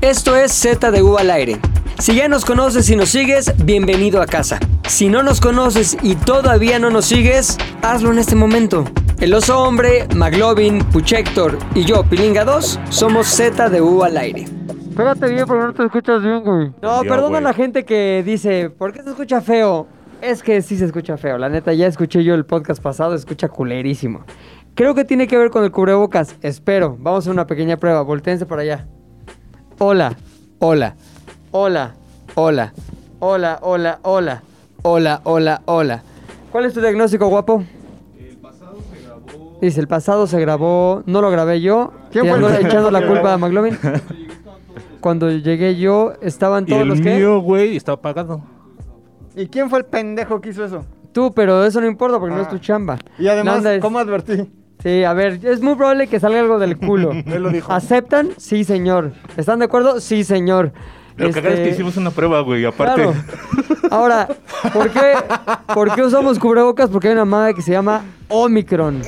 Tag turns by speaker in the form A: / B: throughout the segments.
A: Esto es Z de U al aire. Si ya nos conoces y nos sigues, bienvenido a casa. Si no nos conoces y todavía no nos sigues, hazlo en este momento. El oso hombre, Maglovin, Puchector y yo, Pilinga 2, somos Z de U al aire.
B: Espérate bien porque no te escuchas bien, güey.
A: No,
C: Dios,
A: perdona a
C: güey.
A: la gente que dice, ¿por qué se escucha feo? Es que sí se escucha feo. La neta, ya escuché yo el podcast pasado, escucha culerísimo. Creo que tiene que ver con el cubrebocas. Espero. Vamos a hacer una pequeña prueba. Voltense para allá. Hola, hola, hola, hola, hola, hola, hola, hola, hola, hola. ¿Cuál es tu diagnóstico, guapo? Dice, el pasado se grabó, no lo grabé yo.
B: ¿Quién
A: y
B: fue el
A: ando
B: que-
A: echando la culpa a McLovin? Cuando llegué yo, estaban
C: Y
A: todos
C: el
A: los que...
C: mío, güey, está apagado.
B: ¿Y quién fue el pendejo que hizo eso?
A: Tú, pero eso no importa porque no es tu chamba.
B: Y además,
A: La onda es-
B: ¿cómo advertí?
A: Sí, a ver, es muy probable que salga algo del culo.
B: Él lo dijo.
A: ¿Aceptan? Sí, señor. ¿Están de acuerdo? Sí, señor.
C: Lo que cagado es que
A: Este,
C: hicimos una prueba, güey, aparte.
A: Claro. Ahora, ¿por qué, por qué usamos cubrebocas? Porque hay una madre que se llama Omicron.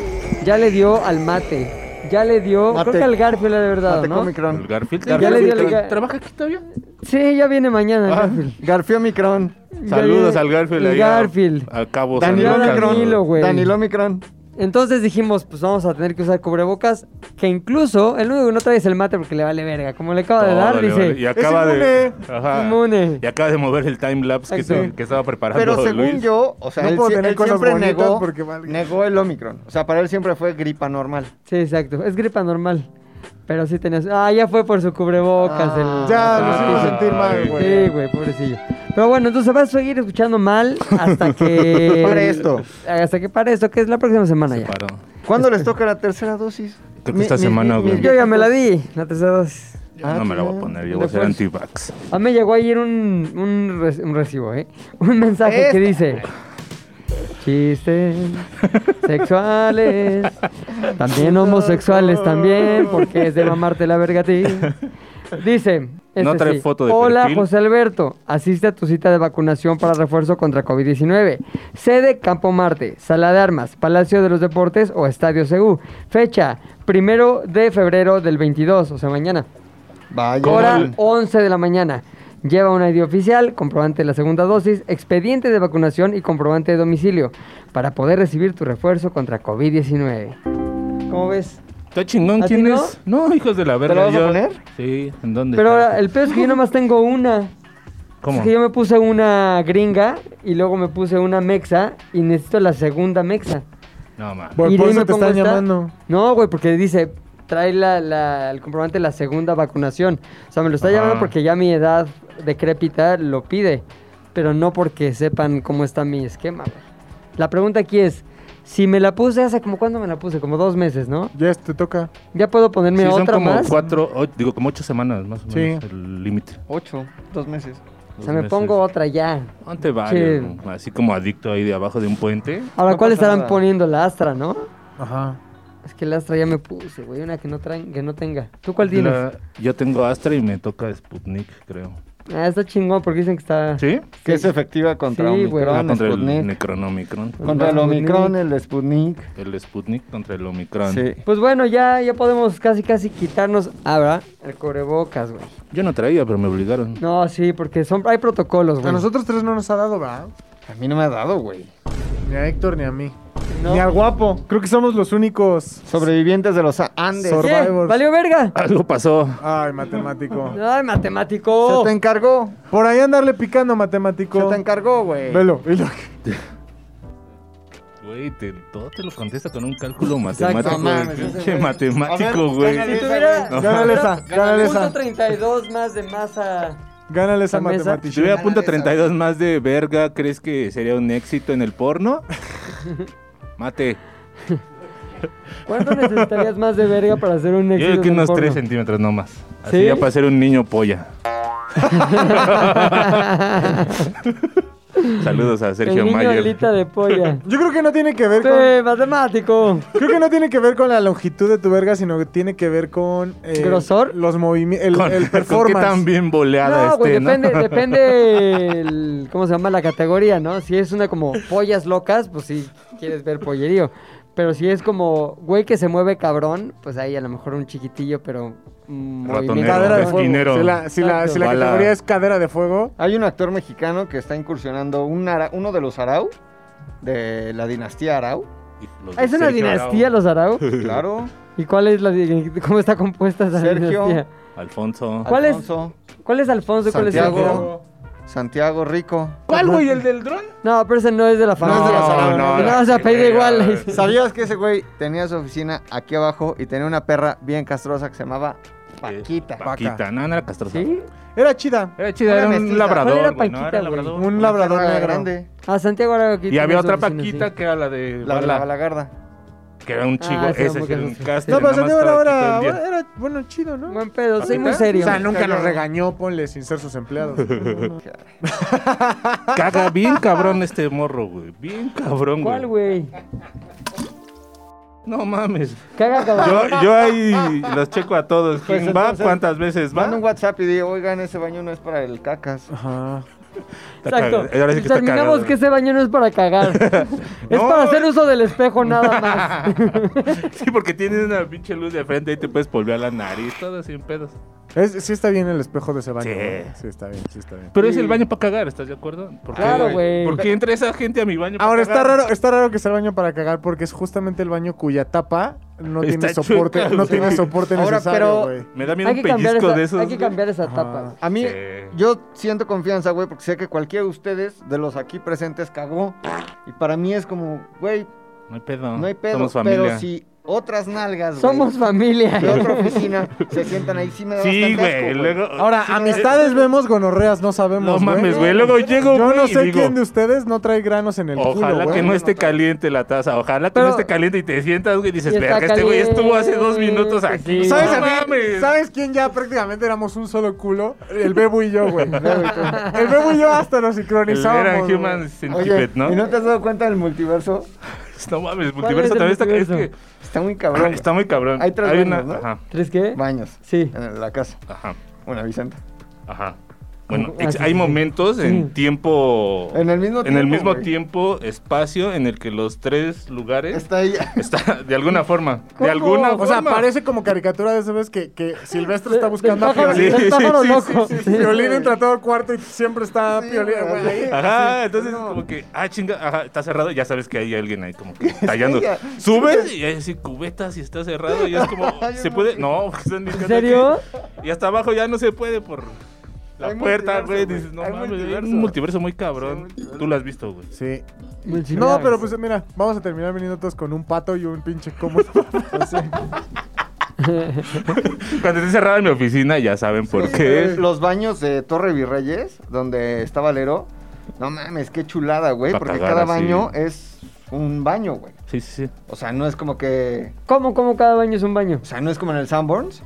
A: Ya le dio al mate. Ya le dio.
B: Mate-
A: creo que al Garfield le había dado,
B: Mate
A: ¿no?
C: El
B: Comicron.
C: Garfield.
A: Ya le dio el ga-
C: ¿Trabaja aquí todavía?
A: Sí, ya viene mañana. el Garfield.
B: Garfio Micron.
A: Ya
C: Saludos
A: viene
C: al Garfield.
A: el
C: ahí a-
A: Garfield.
C: A, Cabo San
B: Danilo
C: Lucas,
A: Omicron. Danilo,
B: Micron.
A: güey.
B: Danilo Micron.
A: Entonces dijimos, pues vamos a tener que usar cubrebocas. Que incluso el único que no trae es el mate porque le vale verga. Como le acaba de
C: Todo
A: dar,
C: le
A: dice.
C: vale. Y acaba
B: "Es
C: de.
B: inmune".
C: Ajá.
A: Inmune.
C: Y acaba de mover el timelapse que,
A: Exacto.
C: se- que estaba preparando.
B: Pero según
C: Luis.
B: yo, o sea,
D: No
B: él,
D: puedo
B: sie-
D: tener
B: él
D: cosas
B: siempre
D: bonitas
B: negó,
D: porque valga.
B: negó el Omicron. O sea, para él siempre fue gripa normal.
A: Sí, exacto. Es gripa normal. Pero sí tenías. Ah, ya fue por su cubrebocas.
B: Ah.
A: el- el
D: Ya, pues, me
A: mate.
D: hicimos
C: Ah,
D: sentir mal,
C: sí.
A: Sí,
D: güey.
A: güey, pobrecillo. Pero bueno, entonces va a seguir escuchando mal hasta que.
B: Pare esto.
A: Hasta que pare esto, que es la próxima semana ya.
C: Paró.
B: ¿Cuándo les toca la tercera dosis?
C: Creo que esta semana, güey.
A: Este. Yo ya me la di, la tercera dosis.
C: Yo no me la voy a poner, yo voy a ser
A: Ah, Después-
C: anti-vax.
A: A mí me llegó ayer un, un, re- un recibo, ¿eh? Un mensaje que
B: Este.
A: dice: Chistes sexuales, también homosexuales, también, porque es de mamarte la verga a ti. Dice:
C: No
A: este
C: trae
A: sí,
C: foto de
A: Hola,
C: perfil".
A: José Alberto. Asiste a tu cita de vacunación para refuerzo contra COVID-19. Sede Campo Marte, Sala de Armas, Palacio de los Deportes o Estadio CU. Fecha: primero de febrero del 22, o sea, mañana.
B: Vaya.
A: Hora 11 de la mañana. Lleva una ID oficial, comprobante de la segunda dosis, expediente de vacunación y comprobante de domicilio para poder recibir tu refuerzo contra COVID-19. ¿Cómo ves?
C: ¿Está chingón
A: ¿A ti
C: quién
A: no?
C: es? No, hijos de la verga.
B: lo vas a
C: yo-
B: poner?
C: Sí, ¿en dónde?
A: Pero
C: está?
A: ahora, el peor es que yo nomás tengo una.
C: ¿Cómo?
A: Es que yo me puse una gringa y luego me puse una mexa y necesito la segunda mexa.
C: No, man.
D: Por-
A: Y
D: por
A: dime
D: eso te
A: cómo
D: están
A: está.
D: llamando.
A: No, güey, porque dice, trae la, la- el comprobante de la segunda vacunación. O sea, me lo está
C: Ajá.
A: llamando porque ya mi edad decrépita lo pide, pero no porque sepan cómo está mi esquema. güey. La pregunta aquí es, si me la puse hace como, ¿cuándo me la puse? Como dos meses, ¿no?
D: Ya te toca.
A: ¿Ya puedo
C: Sí,
A: ponerme
C: son
A: otra
C: como
A: más?
C: cuatro, o- digo, como ocho semanas más o
D: Sí.
C: menos el límite.
B: Ocho, dos meses.
A: O sea, me pongo otra ya.
C: Ponte
A: Sí.
C: varios, ¿no? así como adicto ahí de abajo de un puente.
A: Ahora,
B: No
A: ¿cuál
B: pasa
A: estarán
B: nada.
A: poniendo? La Astra, ¿no?
D: Ajá.
A: Es que la Astra ya me puse, güey, una que no, traen, que no tenga. ¿Tú cuál tienes?
C: La- yo tengo Astra y me toca Sputnik, creo.
A: Ah, está chingón porque dicen que está...
C: ¿Sí.
B: Que es efectiva contra
A: Sí, güey.
C: Ah,
B: Omicron,
C: contra el
B: Sputnik.
C: Necronomicron.
B: Contra el
A: Sputnik.
B: Omicron, el Sputnik.
C: El Sputnik contra el Omicron.
B: Sí.
A: Pues bueno, ya, ya podemos casi casi quitarnos ah, ahora el cubrebocas, güey.
C: Yo no traía, pero me obligaron.
A: No, sí, porque son, hay protocolos, güey.
D: A nosotros tres no nos ha dado, ¿verdad?
B: A mí no me ha dado, güey.
D: Ni a Héctor ni a mí.
A: No.
D: Ni al guapo. Creo que somos los únicos.
B: Sobrevivientes de los Andes.
D: Sor-
A: ¿Qué?
D: Survivors.
A: ¿Valió verga?
C: Algo pasó.
D: Ay, matemático.
A: Ay, matemático.
B: Se te encargó.
D: Por ahí andarle picando,
B: Se
D: matemático.
B: te encargó, güey.
D: Velo, velo.
C: Güey, te- todo te lo contesta con un cálculo
A: Exacto.
B: No
C: matemático.
B: mames,
C: güey.
B: ese
C: Pinche
B: güey. A
C: matemático,
B: ver,
C: güey.
B: gánale.
A: Si tuviera...
D: No. Gánale esa, gánale esa.
A: Punto 32 más de masa.
D: Gánale esa
A: ¿La mesa?
C: Si
D: matemática.
C: tuviera punto 32 más de verga, ¿crees que sería un éxito en el porno? Mate.
A: ¿Cuánto necesitarías más de verga para hacer un
C: Yo
A: éxito?
C: creo que
A: en el
C: unos
A: porno?
C: 3 centímetros nomás. Así
A: ¿Sí?
C: ya para ser un niño polla. Saludos a Sergio
A: El niño
C: Mayer.
A: alita de polla.
D: Yo creo que no tiene que ver con.
A: Sí, matemático.
D: Creo que no tiene que ver con la longitud de tu verga, sino que tiene que ver con. eh,
A: ¿Grosor?
D: Los movimientos. El,
C: Con,
D: el
C: con
D: performance.
C: qué tan bien boleada
A: No,
C: esté,
A: güey,
C: este, ¿no?
A: depende, depende el- ¿cómo se llama la categoría, no? Si es una como pollas locas, pues sí quieres ver pollerío. Pero si es como, güey, que se mueve cabrón, pues ahí a lo mejor un chiquitillo, pero un
C: Ratonero,
A: movimiento.
D: Cadera de
C: esquinero.
D: fuego. Si la, si la- si la
C: Bala.
D: categoría es cadera de fuego,
B: Hay un actor mexicano que está incursionando un ara- uno de los Arau, de la dinastía Arau.
A: ¿Es una dinastía los Arau?
B: Claro.
A: ¿Y cuál es la di- cómo está compuesta esa
B: Sergio.
A: dinastía?
C: Alfonso.
A: ¿Cuál es?
B: Alfonso,
A: ¿Cuál es Alfonso y cuál es
B: Santiago.
A: Sergio?
B: Santiago Rico.
E: ¿Cuál, güey? ¿El del dron?
A: No, pero ese no es de la familia.
B: es de la Sarao, no,
A: no, se apellida igual.
B: ¿Sabías que ese güey tenía su oficina aquí abajo y tenía una perra bien castrosa que se llamaba Paquita?
C: Paquita. No, no era castrosa.
A: ¿Sí?
D: era chida.
C: Era chida,
B: Era
C: era
B: mestiza.
C: un labrador.
A: ¿Cuál era
C: güey, no,
A: Paquita,
C: era
A: güey?
C: labrador.
D: Un
B: Una
D: labrador
B: perra
D: negro.
B: grande.
A: Ah, Santiago Arau aquí
C: Y
A: tiene
C: había
A: su
C: otra
A: oficina, sí.
C: paquita que era la de
B: La, de
C: Bala,
B: la balagarda.
C: que era un chivo.
A: Ah, ese
C: ese
A: era
C: sí
A: muy
C: era un
A: gracioso.
C: casting.
D: No,
C: nada
D: pero
C: más
D: Santiago era,
C: estaba
D: era-
C: aquí todo el día.
D: era, bueno, chido, ¿no?
A: Buen pedo, soy muy
C: ¿Paquita?
A: serio.
D: O sea, nunca nos regañó, ponle, sin ser sus empleados.
C: Caga bien cabrón este morro, güey. Bien cabrón, güey.
A: ¿Cuál, güey?
C: No mames.
A: Caga cabrón.
C: Yo, yo ahí los checo a todos.
B: Pues
C: ¿Quién va?
B: entonces,
C: ¿Cuántas veces va?
B: Manda un WhatsApp y di, oigan, ese baño no es para el cacas.
D: Ajá.
C: Está
A: Exacto.
C: cagado. Ahora sí que está
A: Terminamos
C: cagado.
A: que ese baño no es para cagar. es
C: No,
A: para
C: güey.
A: hacer uso del espejo nada más.
C: Sí, porque tienes una pinche luz de frente y te puedes polvear la nariz, todo sin pedos.
D: Es- sí está bien el espejo de ese baño.
C: Sí.
D: güey. sí está bien, sí está bien.
C: Pero es el baño para cagar, ¿estás de acuerdo? ¿Por qué-
A: Claro, güey.
C: ¿Por qué entra esa gente a mi baño? pa'
D: Ahora está
C: cagar?
D: raro, está raro que sea el baño para cagar porque es justamente el baño cuya tapa no
C: Está
D: tiene soporte,
C: chueca,
D: no
C: güey.
D: tiene soporte
B: Ahora,
D: necesario,
B: pero-
D: güey.
C: Me da miedo
A: hay,
C: un
A: que cambiar
C: pellizco
A: esa,
C: de esos.
A: hay que cambiar esa tapa.
B: A mí,
C: Sí.
B: yo siento confianza, güey, porque sé que cualquiera de ustedes, de los aquí presentes, cagó. Y para mí es como, güey,
C: No hay pedo.
B: no hay pedo.
C: Somos familia.
B: pero si otras nalgas, güey,
A: Somos familia.
B: de otra oficina se sientan ahí, sí me da
C: Sí,
B: bastante asco,
C: güey. Luego.
D: Ahora, amistades vemos, gonorreas no sabemos,
C: No
D: güey.
C: mames, güey. Luego llego,
D: Yo
C: güey,
D: no
C: y
D: sé
C: digo,
D: quién de ustedes no trae granos en el
C: Ojalá
D: culo,
C: que
D: güey.
C: no esté caliente la taza. Ojalá que
A: Pero-
C: no esté caliente y te sientas, güey, y dices,
A: Y está
C: verga, este güey estuvo hace dos
A: caliente,
C: minutos aquí.
A: sí.
D: ¿Sabes,
C: no
D: a mí-
C: mames.
D: ¿Sabes quién ya prácticamente éramos un solo culo? El Bebo y yo, güey. El Bebo y yo hasta nos
C: El
D: sincronizamos.
C: Eran
D: güey.
C: Human
B: Oye,
C: Centipede, ¿no?
B: ¿y no te has dado cuenta del multiverso?
C: No mames,
A: ¿Cuál es
C: multiverso
A: el
C: también está. Es que
A: multiverso?
B: Está muy cabrón. güey.
C: está muy cabrón.
B: Hay tres
C: una.
B: baños, ¿no?
C: Ajá,
A: ¿Tres qué?
B: Baños
A: Sí.
B: en la casa.
C: ajá,
B: Bueno, Vicenta.
C: ajá. Bueno,
B: Mm,
A: Ah,
C: ex-
A: sí, sí,
C: hay
A: sí.
C: momentos
A: Sí.
C: en tiempo.
B: En el mismo
C: En el
B: tiempo,
C: mismo
B: güey.
C: tiempo, espacio en el que los tres lugares
B: Está ahí.
C: está de alguna forma.
A: ¿Cómo?
C: De alguna
D: O sea,
C: forma.
D: parece como caricatura de esa vez que, que Silvestre está
A: Del-
D: buscando a
A: del pájaro-
D: Piolín.
A: del
C: Sí,
A: pájaro
C: sí, sí,
A: loco. Sí.
D: Piolín entra a todo cuarto y siempre está
B: Sí,
D: Piolín,
B: güey.
D: güey.
C: Ajá, entonces como que, ah, chinga, ajá, está cerrado, ya sabes que hay alguien ahí como que tallando.
B: ya.
C: Subes y hay así cubetas y está cerrado y es como,
B: Ay,
C: ¿se
B: no.
C: puede? No, pues, están indicando
A: ¿En serio?
C: que- Y hasta abajo ya no se puede por la
B: Hay
C: puerta,
B: multiverso,
C: güey.
B: güey.
C: Dices, no
B: Hay
C: mames,
B: multiverso.
C: es un multiverso muy cabrón. Tú lo has visto, güey.
D: Sí.
A: Multiverso.
D: No, pero pues mira, vamos a terminar viniendo todos con un pato y un pinche cómodo. Así.
C: Cuando esté cerrada mi oficina ya saben por qué.
B: Los baños de Torre Virreyes, donde está Valero. No mames, qué chulada, güey.
C: Pa'
B: Porque
C: cagar
B: cada
C: así.
B: baño es un baño, güey.
C: Sí, sí, sí.
B: O sea, no es como que.
A: ¿Cómo, cómo cada baño es un baño?
B: O sea, no es como en el Sanborns.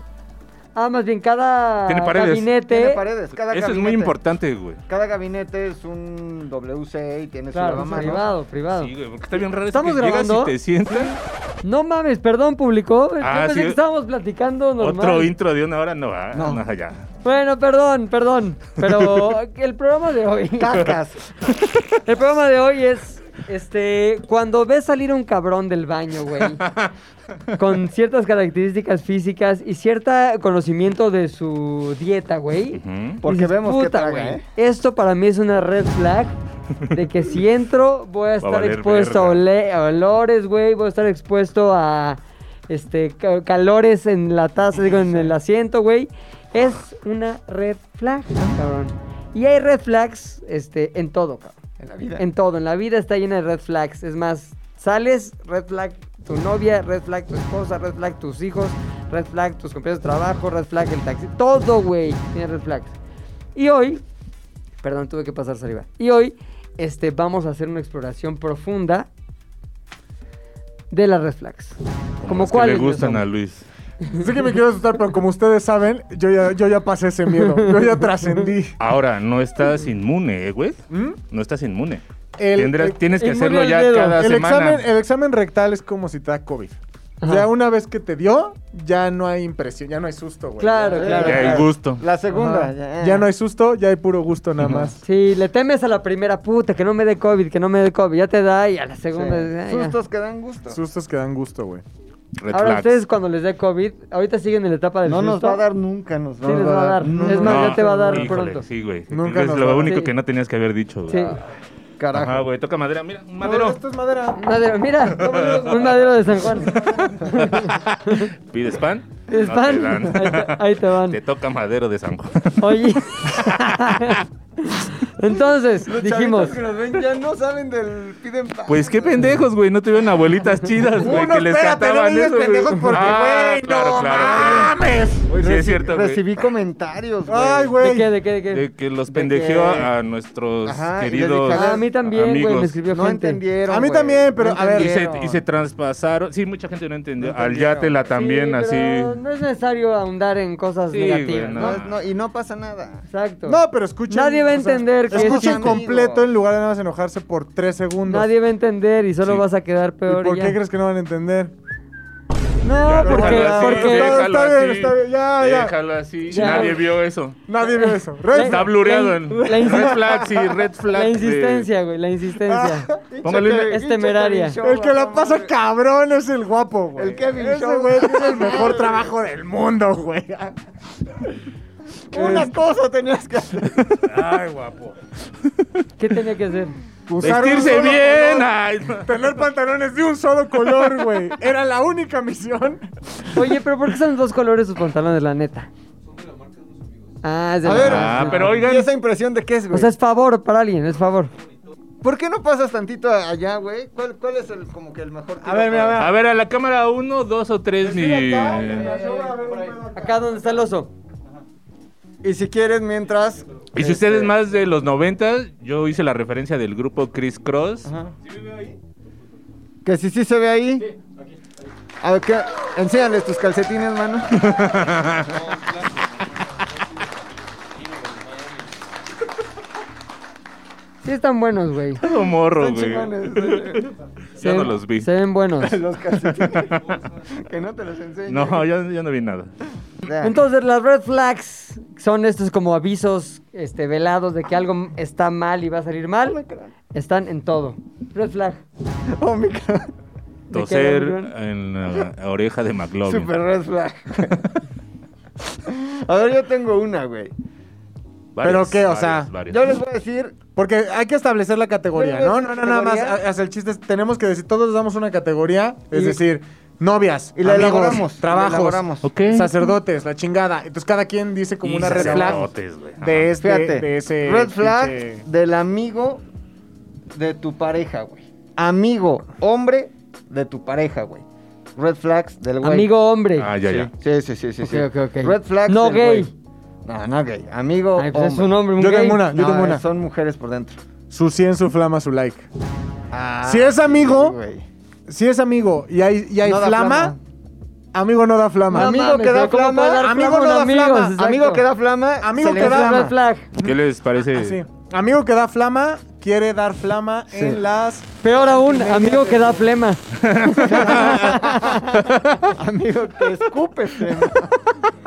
A: Ah, más bien, cada
C: Tiene paredes.
A: gabinete...
B: Tiene paredes. Cada
C: Eso es
B: gabinete-
C: muy importante, güey.
B: Cada gabinete es un WC y tiene
A: Claro,
B: su lavamanos.
A: privado, privado.
C: Sí, güey, porque está bien raro. es
A: ¿Estamos
C: que
A: grabando?
C: Llegas y te sientas.
A: No mames, perdón, público. Yo
C: Ah,
A: pensé
C: sí.
A: que estábamos platicando normal.
C: Otro intro de una hora, no, ah,
B: No.
C: no, ya.
A: Bueno, perdón, perdón. Pero el programa de hoy.
B: Cascas.
A: El programa de hoy es. Este, cuando ves salir un cabrón del baño, güey, con ciertas características físicas y cierto conocimiento de su dieta, güey,
C: Ujú.
B: Porque
A: dices,
B: vemos que
A: "Puta,
B: traga,
A: güey,
B: ¿eh?
A: Esto para mí es una red flag de que si entro voy a estar
C: valer
A: expuesto a, ole- a olores, güey, voy a estar expuesto a este ca- calores en la taza, digo, en el asiento, güey. Es una red flag, cabrón. Y hay red flags este en todo, cabrón.
B: En la vida.
A: En todo, en la vida está llena de red flags. Es más, sales, red flag tu novia, red flag tu esposa, red flag tus hijos, red flag tus compañeros de trabajo, red flag el taxi. Todo, güey, tiene red flags. Y hoy, perdón, tuve que pasar saliva. Y hoy este, vamos a hacer una exploración profunda de las red flags. Como
C: los que le
A: cuáles.
C: gustan
A: Nelson?
C: a Luis.
D: Sé que me quiero asustar, pero como ustedes saben, yo ya, yo ya pasé ese miedo. Yo ya trascendí.
C: Ahora, no estás inmune, eh, güey.
D: ¿Mm?
C: No estás inmune.
D: El-
C: Tendrás-
D: el- e-
C: tienes que
A: inmune
C: hacerlo
A: al
C: ya
A: dedo. eh,
C: cada
D: El
C: semana.
D: examen, el examen rectal es como si te da COVID. Ya una vez que te dio, ya no hay impresión, ya no hay susto, güey.
A: Claro,
D: Ya-
A: claro.
C: Ya hay
A: claro.
C: gusto.
B: La segunda.
D: Ajá.
B: Ya,
D: Ya no hay susto, ya hay puro gusto nada más.
A: Sí, le temes a la primera puta, que no me dé COVID, que no me dé COVID. Ya te da y a la segunda.
B: Sí.
A: dices, "Ay, ya".
B: Sustos que dan gusto.
D: Sustos que dan gusto, güey.
C: Red
A: Ahora
C: flags.
A: ustedes cuando les dé COVID, ahorita siguen en la etapa del
B: No nos
A: susto.
B: va a dar nunca, nos
A: Sí,
B: va a
A: les va a dar.
B: No,
A: es
B: no,
A: más, ya
B: no.
A: te va a dar
C: híjole,
A: pronto.
C: Sí, güey.
D: Nunca
C: es
D: nos
C: lo
D: va-
C: único
A: sí.
C: que no tenías que haber dicho, güey.
A: Sí.
B: Carajo.
C: Ajá, güey, toca madera. Mira, un madero.
D: Esto es madera.
A: Madero, mira, un madero de San Juan.
C: ¿Pides pan?
A: ¿Pides
C: No
A: pan?
C: te dan.
A: Ahí te- ahí te van.
C: Te toca madero de San Juan.
A: Oye. Entonces,
B: Los
A: dijimos.
B: chavitos que nos ven ya no saben del piden pan.
C: Pues qué pendejos, güey. No tuvieron abuelitas chidas, güey.
D: Uno,
C: que les
D: espérate, no
C: cantaban
D: digas
C: eso, güey.
D: pendejos porque,
C: Ah,
D: güey, no
C: mames. Sí,
B: Reci-
C: es cierto, güey.
B: Recibí comentarios, güey.
D: Ay,
A: ¿De
D: güey.
A: qué, de qué, de qué?
C: De que los pendejeó
B: que-
C: a nuestros
B: Ajá, y le dije,
C: queridos.
A: Ah, a mí también, güey,
C: amigos.
A: me escribió
B: No
A: gente.
B: entendieron.
D: A mí
B: güey.
D: también, pero, a ver.
C: Y se,
B: entendieron.
C: y se traspasaron. Sí, mucha gente no entendió.
B: No
C: Al
B: entendieron.
C: yátela
A: Sí,
C: también,
A: pero
C: así.
A: No es necesario ahondar en cosas
C: Sí,
A: negativas,
C: güey,
A: ¿no?
B: No, es- no, y no pasa nada.
A: Exacto.
D: No, pero escuchen.
A: Nadie va a entender que es
D: escuchen
B: tu
D: completo
B: amigo.
D: en lugar de nada más enojarse por tres segundos.
A: Nadie va a entender y solo
C: Sí.
A: vas a quedar peor.
D: ¿Y por
A: y
D: qué
A: ya.
D: crees que no van a entender?
A: No,
C: Ya,
A: porque,
C: déjalo así,
A: porque-
C: déjalo
D: Está bien,
C: así.
D: está bien, ya, ya.
C: Déjalo así.
A: Ya.
C: Nadie vio eso.
D: Nadie ve eso. Red
C: Está
A: La-
C: blureado
A: la-
C: en
A: la insi-
C: red flags y red flags.
A: la
C: de-
A: insistencia, güey, la insistencia.
C: Póngale una-
A: Es temeraria.
D: El que la pasa cabrón es el guapo, güey.
B: El Kevin
D: Ese
B: Show.
D: güey tiene el mejor trabajo del mundo, güey.
B: Una cosa tenías que hacer.
D: Ay, guapo.
A: ¿Qué tenía que hacer?
D: Usar un
C: Vestirse
D: solo
C: bien. ah.
D: color,
C: ay,
D: Tener pantalones de un solo color, güey. Era la única misión.
A: Oye, pero ¿por qué son dos colores sus pantalones, la neta? Ah, es de
B: A
A: la
B: ver,
A: marca.
C: Ah, pero oigan.
B: ¿Y esa impresión de qué es, güey?
A: O sea, es favor para alguien, es favor.
B: ¿Por qué no pasas tantito allá, güey? ¿Cuál, cuál es el, como que el mejor tiro
D: ver, mira,
B: para-
D: mira.
C: A ver, a la cámara uno, dos o tres. Mi...
A: Acá donde está el oso.
B: Y si quieres, mientras.
C: Y si ustedes más de los 90, yo hice la referencia del grupo Chris Cross.
B: Ajá. Que si sí se ve ahí. A ver, ¿qué? Enséñales tus calcetines, mano.
A: Sí están buenos, güey.
C: Todo morro,
B: Son
C: güey.
B: chingones.
C: Yo no los vi.
A: Se ven buenos.
B: Los calcetines. que no te los enseño.
C: No, yo, yo no vi nada.
B: Ya.
A: Entonces, las red flags son estos como avisos este, velados de que algo está mal y va a salir mal. Están en todo. Red flag.
B: Oh, mi cara.
A: ¿De qué
C: Toser Ah,
A: hablan, Iván?
C: en la oreja de McLovin.
B: Super red flag. A ver, yo tengo una, güey.
C: Varias,
D: ¿Pero qué? O
C: varias,
D: sea,
C: varias.
B: Yo les voy a decir
D: Porque hay que establecer la categoría,
B: Bueno,
D: ¿no?
B: es
D: No, no, nada más.
B: categoría.
D: ha- Hace el chiste. es- Tenemos que decir, todos damos una categoría, es
B: Y-
D: decir, novias,
B: y la
D: amigos,
B: elaboramos. y la
D: trabajos,
B: elaboramos.
C: Ok.
D: sacerdotes, la chingada. Entonces cada quien dice como
C: Y
D: una red flag
C: sacerdotes, güey. Ajá.
D: de este,
B: Fíjate,
D: de ese
B: red flag
D: pinche-
B: del amigo de tu pareja, güey. Amigo, hombre de tu pareja, güey. Red flags del güey.
A: Amigo hombre.
C: Ah, ya, ya.
B: Sí, sí, sí, sí.
A: Ok,
B: sí.
A: ok, ok.
B: Red flags
A: No
B: del
A: gay.
B: güey. No, no gay. Amigo,
A: Ay, pues es
B: hombre.
A: un hombre, un
D: Yo
A: gay.
D: tengo una, yo
B: No,
D: tengo una.
B: son mujeres por dentro.
D: Su 100, su flama, su like.
B: Ah,
D: Si es amigo,
B: sí, güey.
D: Si es amigo y hay, y hay
B: No da
D: flama, amigo no da flama.
A: No
B: amigo
A: mames,
B: que da
A: pero ¿cómo
B: flama,
A: puede dar
B: amigo
A: flama
B: no
A: a un
B: da
A: amigo?
B: flama,
A: Exacto.
B: amigo que da flama,
D: Amigo
B: se le
D: que da-
A: Es
B: inflama.
A: red flag.
C: ¿Qué les parece?
D: Así. Amigo que da flama, quiere dar flama
B: Sí.
D: en las...
A: Peor aún, amigo que da flema.
B: amigo que escupe. flema.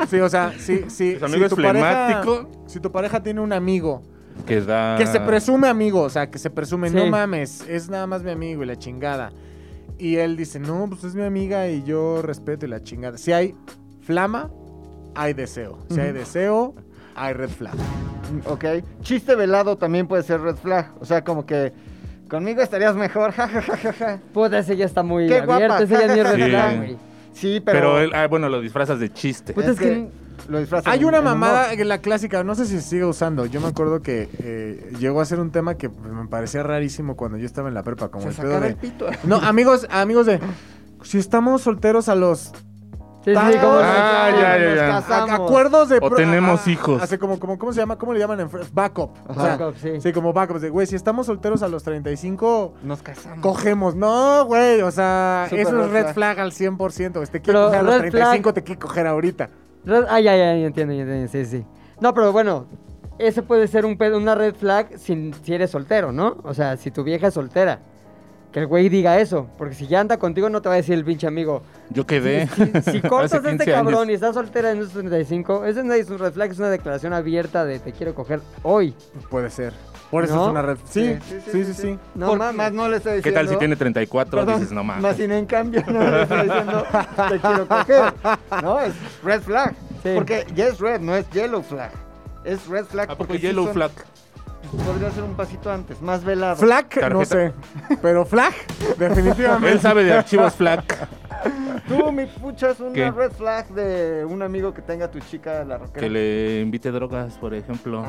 D: Sí, o sea, sí, sí.
C: Pues amigo
D: si
C: es flemático.
D: Pareja, si tu pareja tiene un amigo
C: Que da...
D: que se presume amigo, o sea, que se presume,
A: Sí.
D: no mames, es nada más mi amigo y la chingada. Y él dice, no, pues es mi amiga y yo respeto y la chingada. Si hay flama, hay deseo. Si hay deseo, hay red flag.
B: Ok. Chiste velado también puede ser red flag. O sea, como que conmigo estarías mejor. Ja, ja, ja, ja, ja.
A: Puta, ese ya está muy
B: Qué
A: abierto.
B: guapa.
A: Ese ya ni es red
C: Sí.
A: flag, güey.
B: Sí, pero.
C: Pero él, ah, bueno, lo disfrazas de chiste.
A: Puta, es que-
B: lo disfrazan
D: Hay
B: en-
D: una
B: en humor.
D: mamada, que la clásica, no sé si se sigue usando. Yo me acuerdo que eh, llegó a ser un tema que me parecía rarísimo cuando yo estaba en la prepa, como
B: Se
D: el pedo
B: sacaba el
D: de...
B: pito.
D: No, amigos, amigos de... Si estamos solteros a los
A: Sí, sí,
D: Tal-
A: como-
C: Ah, ya, ya,
B: nos
C: ya.
D: a-
B: casamos.
D: acuerdos de
C: O
D: pro-
C: tenemos
D: a-
C: hijos.
D: Hace como, como cómo se llama, cómo le llaman en fr- backup. O sea,
A: Backup, sí.
D: Ah. sí, como backup de güey, si estamos solteros a los 35
B: Nos casamos.
D: cogemos. No, güey, o sea,
B: Súper
D: eso es
B: red
D: red flag al 100%, güey, te
A: Pero
D: quiero coger a los
A: red flag-
D: 35, te quiero coger ahorita.
A: Red- Ah, ya, ya, ya entiendo, ya entiendo, sí, sí. No, pero bueno, ese puede ser un pedo- una red flag si, si eres soltero, ¿no? O sea, si tu vieja es soltera. que el güey diga eso. Porque si ya anda contigo, no te va a decir el pinche amigo.
C: Yo quedé.
A: Si, si cortas
C: Hace
A: a este
C: 15 años.
A: cabrón y estás soltera en los 35, ese no es un red flag, es una declaración abierta de te quiero coger hoy.
D: Puede ser. Por eso
A: ¿No?
D: es una red. Sí,
B: Sí, sí, sí,
D: sí,
B: sí,
D: sí,
B: sí.
D: sí.
A: No
B: Por-
A: mames.
B: Más no le está diciendo.
C: ¿Qué tal si tiene 34?
B: Perdón,
C: Dices, no mames.
B: Más sin en cambio, no le está diciendo, te quiero coger. No, es red flag.
A: Sí.
B: Porque ya es red, no es yellow flag. Es red flag
C: ¿A poco
B: porque sí
C: Ah, Yellow
B: son-
C: Flag?
B: Podría ser un pasito antes, más velado.
D: Flag, no sé.
C: Tarjeta.
D: Pero flag, definitivamente.
C: Él sabe de archivos Flag.
B: Tú, mi pucha, es una
C: ¿Qué?
B: red flag de un amigo que tenga tu chica la roquera.
C: Que le invite drogas, por ejemplo.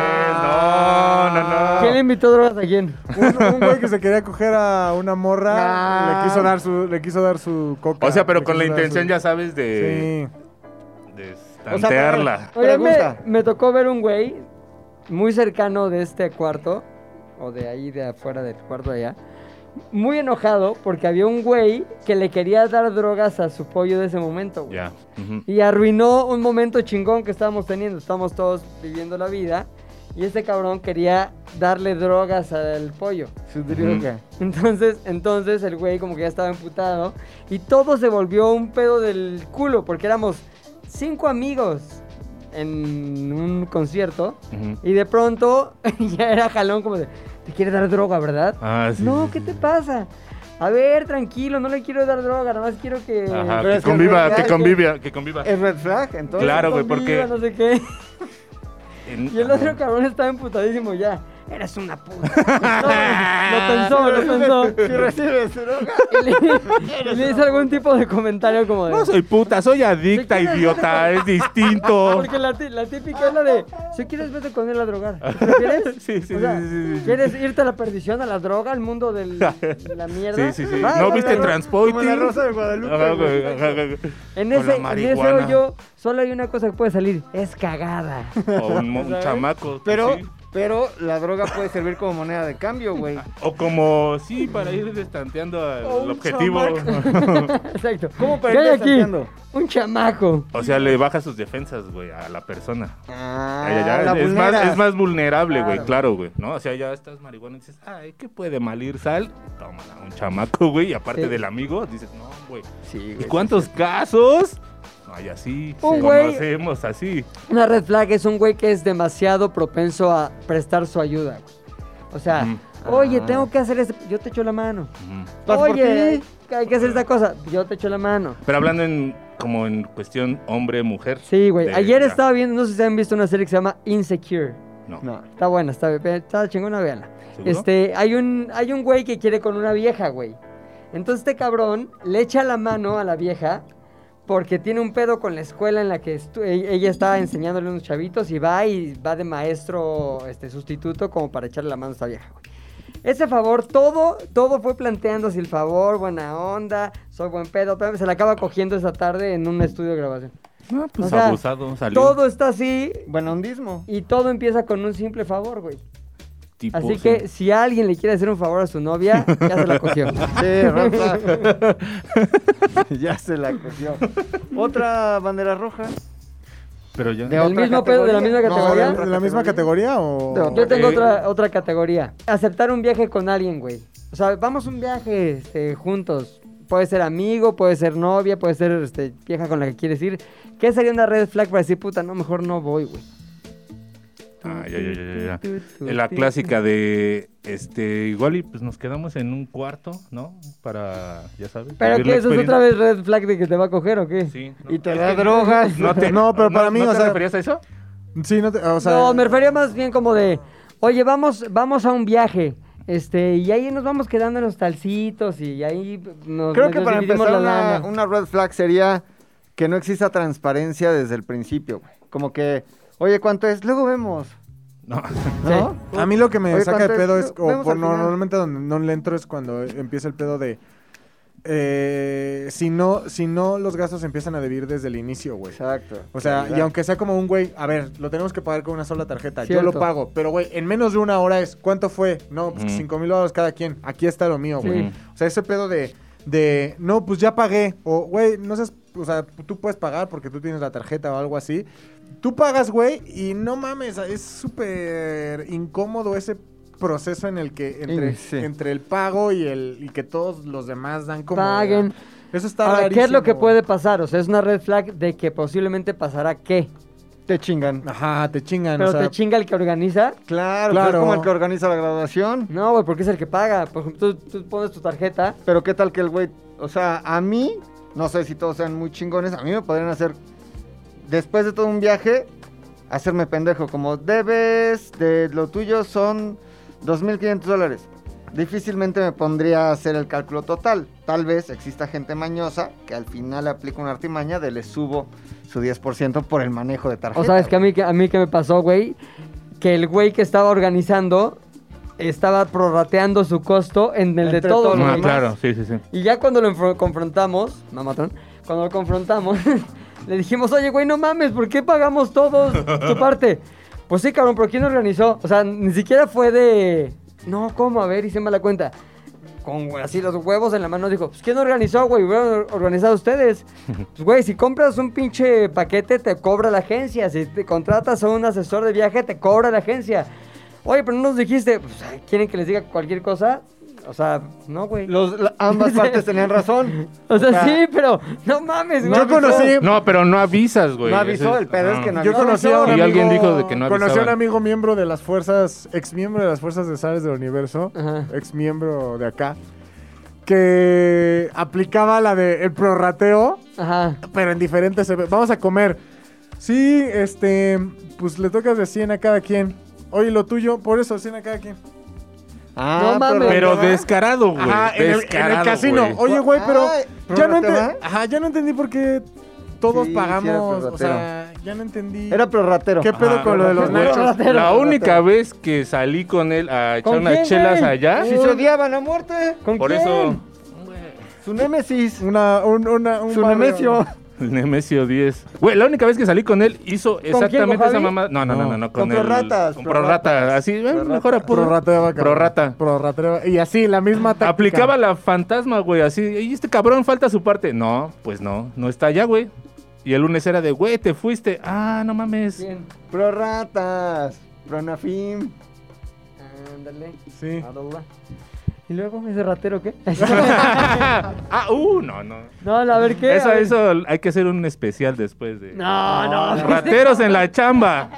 B: Ah.
C: No, pues, no, no, no.
A: ¿Quién le invitó drogas a quién?
D: Un, un güey que se quería coger a una morra
B: Ah.
D: le quiso dar su le quiso dar su coca.
C: O sea, pero
D: le
C: con la
D: quiso dar
C: intención,
D: su-
C: ya sabes, de,
D: Sí.
C: de
B: pero-
C: tantearla.
A: Oye, me,
B: Pregunta.
A: me tocó ver un güey muy cercano de este cuarto, o de ahí de afuera del cuarto de allá, muy enojado porque había un güey que le quería dar drogas a su pollo de ese momento, güey.
C: Ya. ujú.
A: Y arruinó un momento chingón que estábamos teniendo. Estábamos todos viviendo la vida. Y este cabrón quería darle drogas al pollo.
B: Su droga.
A: Entonces, entonces el güey como que ya estaba emputado. Y todo se volvió un pedo del culo. Porque éramos cinco amigos en un concierto.
C: Ujú.
A: Y de pronto ya era jalón como de, te quiere dar droga, ¿verdad?
C: Ah, sí.
A: no,
C: sí,
A: ¿qué
C: sí.
A: te pasa? A ver, tranquilo, no le quiero dar droga, nada más quiero que...
C: Ajá,
B: Pero es eh,
C: que
B: que
C: conviva,
B: ya-
C: que
B: ya-
C: conviva, que conviva.
B: ¿Es red flag? Entonces.
C: Claro, güey,
A: Conviva,
C: porque-
A: No sé qué.
C: En-
A: Y el otro
C: Ajá.
A: cabrón estaba emputadísimo ya. Eres una puta. No, lo pensó, lo
B: Si
A: pensó.
B: recibes droga.
A: Y le, y le hizo algún tipo de comentario como de.
C: No soy puta, soy adicta,
A: ¿De quién es
C: idiota, es distinto.
A: "Ah, Porque la, ti- la típica es la de. Si quieres, vete con él a drogar. ¿Quieres?
C: Sí, sí,
A: O sea,
C: sí, sí, sí, sí.
A: ¿Quieres irte a la perdición, a la droga, al mundo de la mierda?
C: Sí, sí, sí.
A: Va,
C: ¿No
A: va,
C: viste
A: va, va.
C: Transpoiting?
B: Como la Rosa de Guadalupe,
C: Ajá,
B: güey.
C: güey, ajá, güey.
A: En
C: Con la
A: ese, en ese
C: marihuana.
A: hoyo solo hay una cosa que puede salir: es cagada.
C: O un, mo- un chamaco.
B: Pero,
C: sí.
B: pero la droga puede servir como moneda de cambio, güey.
C: O como, sí, para ir destanteando
B: O
C: al
B: un
C: objetivo.
A: Exacto.
B: ¿Cómo para
A: ¿Qué
B: ir
A: hay aquí?
B: desafiando?
A: Un chamaco.
C: o sea, le baja sus defensas, güey, a la persona.
B: Ah,
C: Ya, ya,
B: la
C: ya, es, más,
B: vulneras.
C: es más vulnerable, güey,
A: Claro.
C: claro, güey, ¿no? O sea, ya estás marihuana y dices, ay, ¿qué puede mal ir sal? Tómala, un chamaco, güey, y aparte
A: Sí.
C: del amigo, dices, no, güey.
B: Sí,
C: ¿Y
B: güey.
C: cuántos casos? Ay, así,
A: Un güey-
C: conocemos así.
A: Una red flag es un güey que es demasiado propenso a prestar su ayuda. güey. O sea,
B: Ujú.
A: oye,
B: Ah.
A: tengo que hacer esto. Yo te echo la mano.
C: Ujú.
B: Vas por
A: oye, hay,
B: ti.
A: hay que hacer esta cosa. Yo te echo la mano.
C: Pero hablando en, como en cuestión hombre-mujer.
A: Sí, güey.
C: de-
A: Ayer
C: ya.
A: estaba viendo, no sé si han visto una serie que se llama Insecure.
C: No,
B: No.
A: Está buena, está, está chingona, véanla.
C: ¿seguro?
A: Este, hay un, hay un güey que quiere con una vieja, güey. Entonces este cabrón le echa la mano a la vieja porque tiene un pedo con la escuela en la que estu- e- ella está enseñándole a unos chavitos y va y va de maestro este, sustituto como para echarle la mano a esta vieja, güey. Ese favor, todo, todo fue planteando si el favor, buena onda, soy buen pedo, pero se la acaba cogiendo esa tarde en un estudio de grabación.
C: No, pues
A: o sea,
C: abusado, salió.
A: Todo está así
B: Bueno, hundismo.
A: y todo empieza con un simple favor, güey.
C: tipo,
A: Así que si alguien le quiere hacer un favor a su novia, ya se la cogió.
B: Sí, red flag. ya se la cogió. Otra bandera roja.
C: Pero ya...
B: De
A: ¿Del
B: otra
A: mismo pedo, de la misma
B: No,
D: No, ¿de,
A: categoría?
D: la- de la misma categoría o
B: De otra.
A: Yo tengo
C: Ok.
A: otra, otra categoría. Aceptar un viaje con alguien, güey. O sea, vamos un viaje este, juntos. Puede ser amigo, puede ser novia, puede ser este, vieja con la que quieres ir. ¿Qué sería una red flag para decir, puta, no, mejor no voy, güey?
C: Ah, ya, ya, ya, ya,
A: Tu, tu,
C: ya. La
A: tu,
C: clásica de, este, igual y pues nos quedamos en un cuarto, ¿no? Para, ya sabes.
A: ¿Pero
C: vivir
A: qué?
C: la
A: ¿Eso es
C: experiencia.
A: otra vez red flag de que te va a coger o qué?
C: Sí. no,
B: Y te
C: es
B: da
C: que-
B: drogas.
C: No, te-
D: No, pero para mí,
C: ¿no
D: o
C: te
D: sea-
C: referías a eso?
D: Sí, no te, o sea,
A: no, me refería más bien como de, oye, vamos, vamos a un viaje. Este, y ahí nos vamos quedando en los talcitos y ahí nos,
B: Creo
A: nos
B: que para
A: dividimos
B: empezar
A: la
B: una,
A: lana.
B: una red flag sería que no exista transparencia desde el principio, güey. Como que, oye, ¿cuánto es? Luego vemos,
C: No.
B: ¿no?
D: a mí lo que me
B: Oye,
D: saca de
B: ¿cuánto es?
D: pedo es
B: No,
D: o
B: vemos
D: por-
B: al
D: no-
B: final.
D: normalmente donde no le entro es cuando empieza el pedo de eh, si no si no los gastos se empiezan a debir desde el inicio, güey.
B: Exacto.
D: O sea,
B: Claridad.
D: y aunque sea como un güey, a ver, lo tenemos que pagar con una sola tarjeta, yo
A: Cierto.
D: lo pago, pero güey, en menos de una hora es, ¿cuánto fue? No, pues
C: Ujú.
D: cinco mil dólares cada quien, aquí está lo mío, güey.
A: Sí.
D: O sea, ese pedo de, de, no, pues ya pagué, o güey, no seas, o sea, tú puedes pagar porque tú tienes la tarjeta o algo así. Tú pagas, güey, y no mames, es súper incómodo ese proceso en el que entre,
B: Sí.
D: entre el pago y el y que todos los demás dan como "Ah,
A: Paguen.
D: Eso está
A: Ahora, ¿qué es lo
D: rarísimo,
A: que
D: güey.
A: puede pasar? O sea, es una red flag de que posiblemente pasará qué.
B: Te chingan.
D: Ajá, te chingan,
A: Pero
D: o sea,
A: te chinga el que organiza.
B: Claro,
D: Claro.
B: claro. es como el que organiza la graduación.
A: No, güey, porque es el que paga. Por ejemplo, tú, tú pones tu tarjeta.
B: Pero qué tal que el güey, o sea, a mí, no sé si todos sean muy chingones, a mí me podrían hacer, después de todo un viaje, hacerme pendejo, como debes, de lo tuyo son 2.500 dólares. Difícilmente me pondría a hacer el cálculo total. Tal vez exista gente mañosa que al final le aplica una artimaña de le subo su 10% por el manejo de tarjeta.
A: O sabes que a mí, que- a mí que me pasó, güey, que el güey que estaba organizando estaba prorrateando su costo en el de
B: Entre
A: todos
B: todos
A: los
B: los
C: Ah,
A: demás.
C: claro, sí, sí, sí.
A: Y ya cuando lo enfro- confrontamos, mamatón, cuando lo confrontamos, le dijimos, oye, güey, no mames, ¿por qué pagamos todos tu parte? Pues sí, cabrón, pero ¿quién organizó? O sea, ni siquiera fue de... No, ¿cómo? A ver, hice mala cuenta. Con güey, así los huevos en la mano dijo, pues ¿quién organizó, güey? Hubieran organizado ustedes. Pues güey, si compras un pinche paquete, te cobra la agencia. Si te contratas a un asesor de viaje, te cobra la agencia. Oye, pero no nos dijiste, pues, ¿quieren que les diga cualquier cosa? O sea, no, güey.
B: Los- la- ambas partes tenían razón.
A: O sea, sí, pero no mames, güey.
D: Yo conocí-
C: No, pero no avisas, güey.
B: No avisó,
C: Ese es-
B: el pedo es que no
D: Yo
B: avisó.
D: conocí a un
C: Y
D: amigo,
C: alguien dijo de que no
D: conocí a un
C: avisaban.
D: amigo miembro de las fuerzas, ex miembro de las fuerzas de Zares del Universo,
A: Ajá.
D: ex miembro de acá, que aplicaba la de el prorrateo,
A: Ajá.
D: pero en diferentes. ev- Vamos a comer. Sí, este, pues le tocas de 100 a cada quien. Oye, lo tuyo, por eso 100 a cada quien.
B: Ah,
A: No mames.
C: Pero
B: ¿verdad?
C: descarado, güey.
D: Ajá, en el, en el
C: descarado,
D: casino.
C: güey.
D: Oye, güey, pero
B: Ay,
D: ya no,
B: ¿prorrateo,
D: ente-
B: va?
D: Ajá, ya no entendí por qué todos
B: Sí, sí era
D: pagamos. o
B: prorrateo.
D: sea, ya no entendí.
B: Era prorratero. Ah.
D: ¿Qué pedo
C: Ajá.
D: con lo de los
B: Era
D: nachos?
B: prorratero.
C: La única vez que salí con él a echar
A: ¿Con
C: unas
A: quién,
C: chelas
A: güey?
C: allá,
B: Si se odiaban a muerte.
A: ¿Con
C: por
A: quién?
C: eso
B: Su némesis.
D: Una, un, una, un
B: Su
D: barrio.
B: nemesio.
C: Nemesio 10. Güey, la única vez que salí con él hizo
A: quién, con
C: exactamente
A: Javi?
C: esa mamá. No, no, no, no, no,
B: Con
C: con, el-
B: prorratas,
C: Con prorrata, así, eh,
B: prorrata.
C: mejor a puro-
D: Prorrata de vaca.
C: Prorrata.
D: Prorrata de vaca. Y así, la misma táctica.
C: Aplicaba la fantasma, güey, así. Y este cabrón falta su parte. No, pues no, no está allá, güey. Y el lunes era de, güey, te fuiste. Ah, no mames.
A: Bien.
B: Prorratas. Pronafim.
A: Ándale.
D: Sí.
A: Adoba. ¿Y luego ese ratero qué?
C: ah, uh, no, no.
A: no, a ver qué.
C: Eso,
A: A ver.
C: eso hay que hacer un especial después de.
A: No, no.
C: Rateros en la chamba.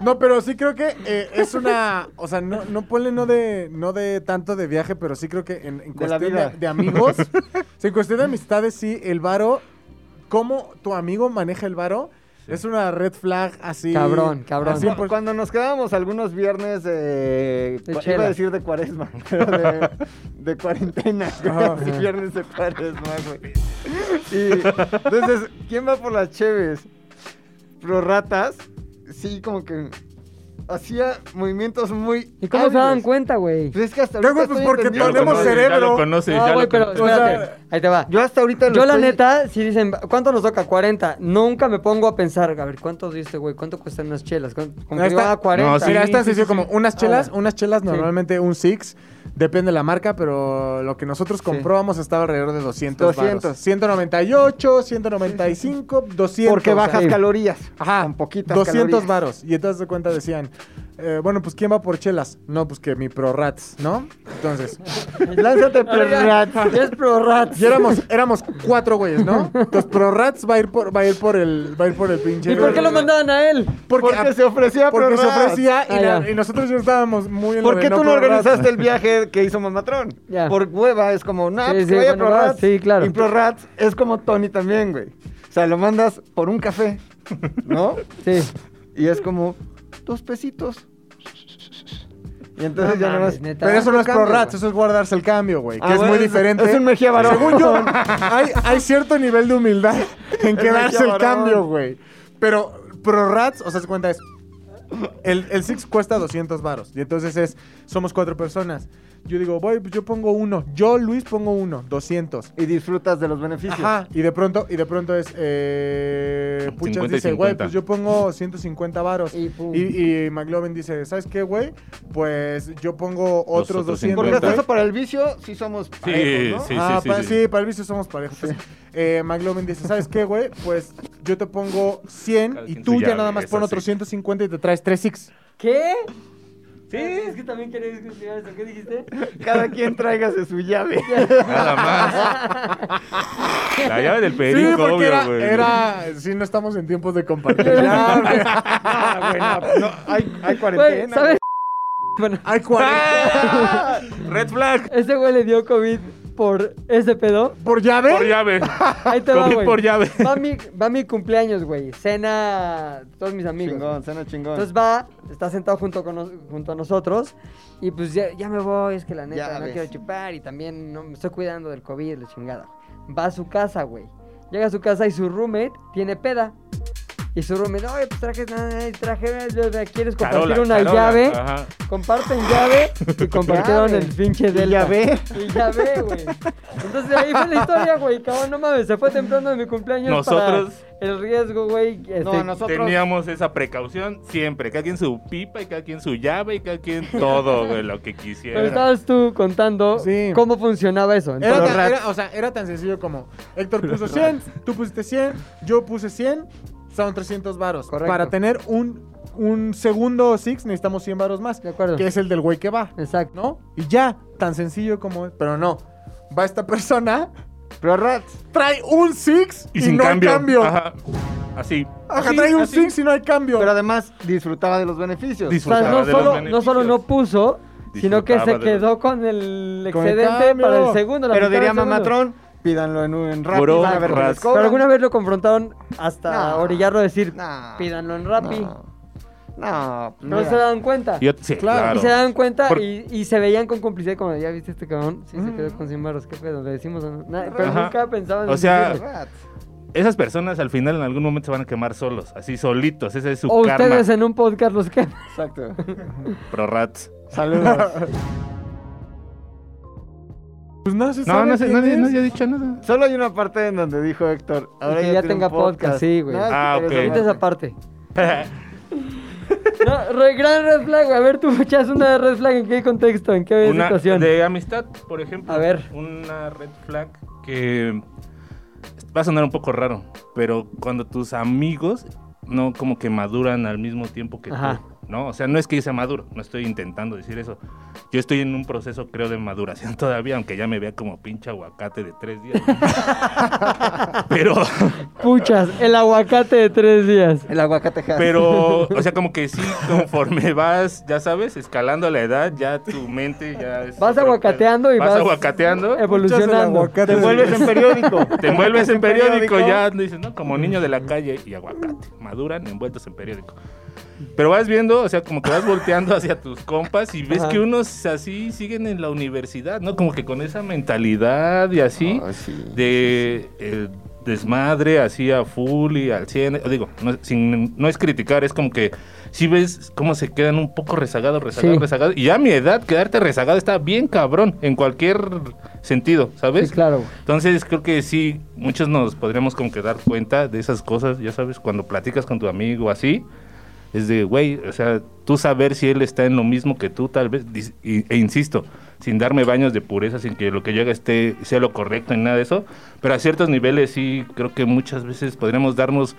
D: No, pero sí creo que eh, es una... O sea, no, no ponle no de, no de tanto de viaje, pero sí creo que en, en
B: De la
D: cuestión de,
B: vida.
D: de amigos... sí, en cuestión de amistades, sí, el varo... Cómo tu amigo maneja el varo es una red flag así...
A: Cabrón, cabrón.
D: al
B: Cu-
D: 100%.
B: pues, Cuando nos quedábamos algunos viernes de...
A: De
B: cua-
A: chela.
B: iba a decir de cuaresma, pero de, de cuarentena.
D: Ajá.
B: Sí, viernes de cuaresma, güey. Y entonces, ¿quién va por las cheves? Prorratas. Sí, como que hacía movimientos muy
A: ¿Y cómo se
B: hábiles.
A: daban cuenta, güey?
B: Pues es que hasta
D: Luego,
B: ahorita
D: pues,
B: estoy
D: porque
B: entendiendo.
D: ponemos
C: conoces,
D: cerebro.
C: Ya lo conoces, ya
A: no,
C: lo
A: güey, pero
C: conoces.
D: o sea,
A: espérate. Ahí te va.
B: Yo hasta ahorita lo
A: Yo, la
B: estoy-
A: neta, si dicen, ¿cuánto nos toca? 40. Nunca me pongo a pensar, a ver, ¿cuánto diste, güey? ¿Cuánto cuestan unas chelas? ¿Cuán- Como que
D: Ahí
A: digo,
D: está.
A: ah, 40.
C: No, sí.
D: Mira, esta se hizo como unas chelas,
A: Ahora.
D: unas chelas normalmente un six, depende de la marca, pero lo que nosotros comprábamos estaba alrededor de 200
B: 200.
D: varos. 198, 195, 200.
B: Porque
D: o sea,
B: bajas
A: sí.
B: calorías.
D: Ajá,
B: Con poquitas
D: 200
B: calorías.
D: varos. Y entonces de cuenta decían, eh, bueno, pues ¿quién va por chelas? No, pues que mi pro rats, ¿no? Entonces,
B: Lánzate
A: Ahora
B: prorratas.
A: ya- ya es pro rat.
D: y éramos, éramos cuatro güeyes, ¿no? Entonces pro rats va a ir por, va a ir por el, va a ir por el pinche.
A: ¿Y por qué lo mandaban a él?
B: Porque, se ofrecía
D: porque se
B: prorratas.
D: ofrecía y,
A: Ah,
D: la-
A: ya.
D: y nosotros ya estábamos muy en lo
B: Ah, ¿Por
D: de
B: qué tú no
D: pro rats.
B: organizaste el viaje que hizo Mamatrón?
A: Ya.
B: Por hueva es como, nah,
A: Sí,
B: pues
A: sí,
B: que vaya
A: bueno,
B: Prorats.
A: vas, sí, claro.
B: Y Prorats es como Tony también, güey. O sea, lo mandas por un café, ¿no?
A: Sí.
B: Y es como, dos pesitos. Y entonces
A: No
B: ya nada
A: mames,
B: más.
A: neta.
D: Pero eso no es
B: Cambio,
D: pro rats,
B: güey.
D: eso es guardarse el cambio, güey. Que
B: Ah,
D: es
B: bueno,
D: muy diferente.
B: Es un Mejía Barón.
D: Según yo, hay, hay cierto nivel de humildad en que
B: Es
D: darse
B: Mejía
D: el
B: Barón.
D: cambio, güey. Pero pro rats, o sea, se cuenta es. El, el Six cuesta 200 varos. Y entonces es, somos cuatro personas. Yo digo, voy, pues yo pongo uno. Yo, Luis, pongo uno. 200.
B: Y disfrutas de los beneficios.
D: Ajá. Y de pronto, y de pronto es, eh, Puchas
C: 50 y
D: dice, güey,
C: 50.
D: pues yo pongo 150 varos.
A: Y pum.
D: Y, y McLovin dice, ¿sabes qué, güey? Pues yo pongo otros
C: otros
D: 200.
B: Porque
C: 50.
B: hasta
D: güey".
B: eso para el vicio sí somos parejos, ¿no?
C: sí.
D: ah, pa- sí,
C: sí, sí.
D: para el vicio somos parejos. Eh, McLovin dice, ¿sabes qué, güey? Pues yo te pongo 100
C: Cada
D: y
C: quien
D: tú
C: su
D: ya
C: llave,
D: nada más
C: es
D: pon
C: así.
D: otros 150 y te traes 3 six.
A: ¿Qué? Sí, es que también quería discutir eso. ¿Qué dijiste?
B: Cada quien tráigase su llave.
C: Nada más. La llave del
D: Sí,
C: perico,
D: porque
C: obvio,
D: era,
C: güey.
D: era. Sí, no estamos en tiempos de compartir. llaves.
B: Ah, bueno, no, hay, hay cuarentena.
A: Güey, ¿sabes? Bueno,
D: Hay 40.
C: ¡Ah! Red flag.
A: este güey le dio COVID por ese pedo.
D: ¿Por llave?
C: Por llave.
A: Ahí te va,
C: COVID
A: güey.
C: por llave.
A: Va mi, va mi cumpleaños, güey. Cena todos mis amigos.
B: Chingón, cena chingón.
A: Entonces va, está sentado junto, con nos- junto a nosotros y pues ya, ya me voy, es que la neta
B: Ya
A: no
B: ves.
A: quiero chupar y también no, me estoy cuidando del COVID, la chingada. Va a su casa, güey. Llega a su casa y su roommate tiene peda. Y su roommate, oye, pues traje, traje, traje ¿quieres compartir
C: Carola,
A: una
C: Carola,
A: llave?
C: ajá.
A: Comparten llave y compartieron
B: Llave.
A: el pinche
B: Y
A: del
B: llave.
A: Y llave, güey. Entonces ahí fue la historia, güey. Cabrón, no mames, se fue temprano de mi cumpleaños
C: Nosotros-
A: para el riesgo, güey.
B: no,
A: este,
B: nosotros.
C: Teníamos esa precaución siempre. Cada quien su pipa y cada quien su llave y cada quien todo, güey, lo que
A: Pero
C: quisiera.
A: estabas tú contando
D: Sí.
A: cómo funcionaba eso.
D: Era
A: Entonces,
D: tan, era- o sea, era tan sencillo como Héctor puso 100, tú pusiste 100, yo puse 100, son 300 varos.
A: Correcto.
D: Para tener un, un segundo Six necesitamos 100 varos más,
A: de acuerdo.
D: que es el del güey que va,
A: Exacto.
D: ¿no? Y ya, tan sencillo como es, pero no. Va esta persona,
B: Pero Rats,
D: trae un Six y,
C: Y sin
D: no
C: cambio.
D: hay cambio. Ajá,
C: Ajá. Así. Así,
D: trae un
C: así.
D: Six y no hay cambio.
B: pero además disfrutaba de los beneficios.
A: O sea,
C: Disfrutaba
A: no
C: pues, de los
A: solo, no solo no
C: beneficios.
A: puso, sino que se
C: Disfrutaba de
A: quedó con el
D: Con el
A: excedente
D: cambio.
A: para el segundo. la
B: Pero
A: mitad del
B: diría
A: segundo.
B: Mamatrón, pídanlo en, un- en Rappi,
C: Puro
B: van a ver qué les
C: Rats.
A: Pero
B: cobran.
A: alguna vez lo confrontaron hasta
B: No.
A: orillarlo a decir,
B: No,
A: pídanlo en Rappi.
B: No, no, pues
A: No
B: mira.
A: se dan cuenta.
C: Yo- sí,
D: Claro.
C: claro.
A: Y se dan cuenta
C: Por-
A: y, y se veían con complicidad, como ya viste este cabrón, sí se
B: Mm.
A: quedó con 100 barros, qué pedo, le decimos o no. Nah, pero
C: Ajá.
A: nunca pensaban en
C: O sea,
A: decirle.
B: Rats.
C: Esas personas al final en algún momento se van a quemar solos, así solitos. Ese es su
A: o
C: karma.
A: ustedes en un podcast los que...
B: Exacto.
C: Pro rats.
B: Saludos.
D: Pues no se
C: No,
D: sabe
C: no, sé,
D: quién
C: nadie,
D: es.
C: nadie ha dicho nada.
B: Solo hay una parte en donde dijo Héctor. Ahora
A: que
B: ya,
A: ya
B: tiene
A: tenga
B: un
A: podcast, sí, güey.
B: es que
C: Ah,
B: quería
C: ok.
A: Ponte
B: esa
A: esa
B: parte.
A: parte. No, re- gran red flag, güey. A ver, tú echas una red flag en qué contexto, en qué
C: Una
A: situación.
C: de amistad, por ejemplo.
A: A ver.
C: Una red flag que va a sonar un poco raro, pero cuando tus amigos no como que maduran al mismo tiempo que
A: Ajá.
C: tú, ¿no? O sea, no es que yo sea maduro, no estoy intentando decir eso. Yo estoy en un proceso, creo, de maduración todavía, aunque ya me vea como pinche aguacate de tres días. pero,
A: Puchas, el aguacate de tres días.
B: El aguacate Hass.
C: pero, o sea, como que sí, conforme vas, ya sabes, escalando la edad, ya tu mente ya es
A: Vas
C: otro
A: aguacateando
C: pedo.
A: y vas em,
C: aguacateando.
D: Muchas del
A: Evolucionando.
D: aguacate.
B: Te vuelves en periódico.
C: Te envuelves en
B: En periódico.
C: periódico, ya dices, ¿no? Como niño de la calle y aguacate. Maduran envueltos en periódico. Pero vas viendo, o sea, como que vas volteando hacia tus compas y ves
A: Ajá.
C: que unos así siguen en la universidad, ¿no? Como que con esa mentalidad y así
B: Ay, sí.
C: de eh, desmadre, así a full y al 100. Digo, no, sin- no es criticar, es como que si ves cómo se quedan un poco rezagados, rezagados,
A: Sí.
C: rezagados. Y ya a mi edad, quedarte rezagado está bien cabrón en cualquier sentido, ¿sabes?
A: Sí, claro, güey.
C: Entonces creo que sí, muchos nos podríamos como que dar cuenta de esas cosas, ya sabes, cuando platicas con tu amigo así, es de, güey, o sea, tú saber si él está en lo mismo que tú, tal vez, dis- y- e insisto, sin darme baños de pureza, sin que lo que yo haga esté, sea lo correcto ni nada de eso, pero a ciertos niveles sí, creo que muchas veces podríamos darnos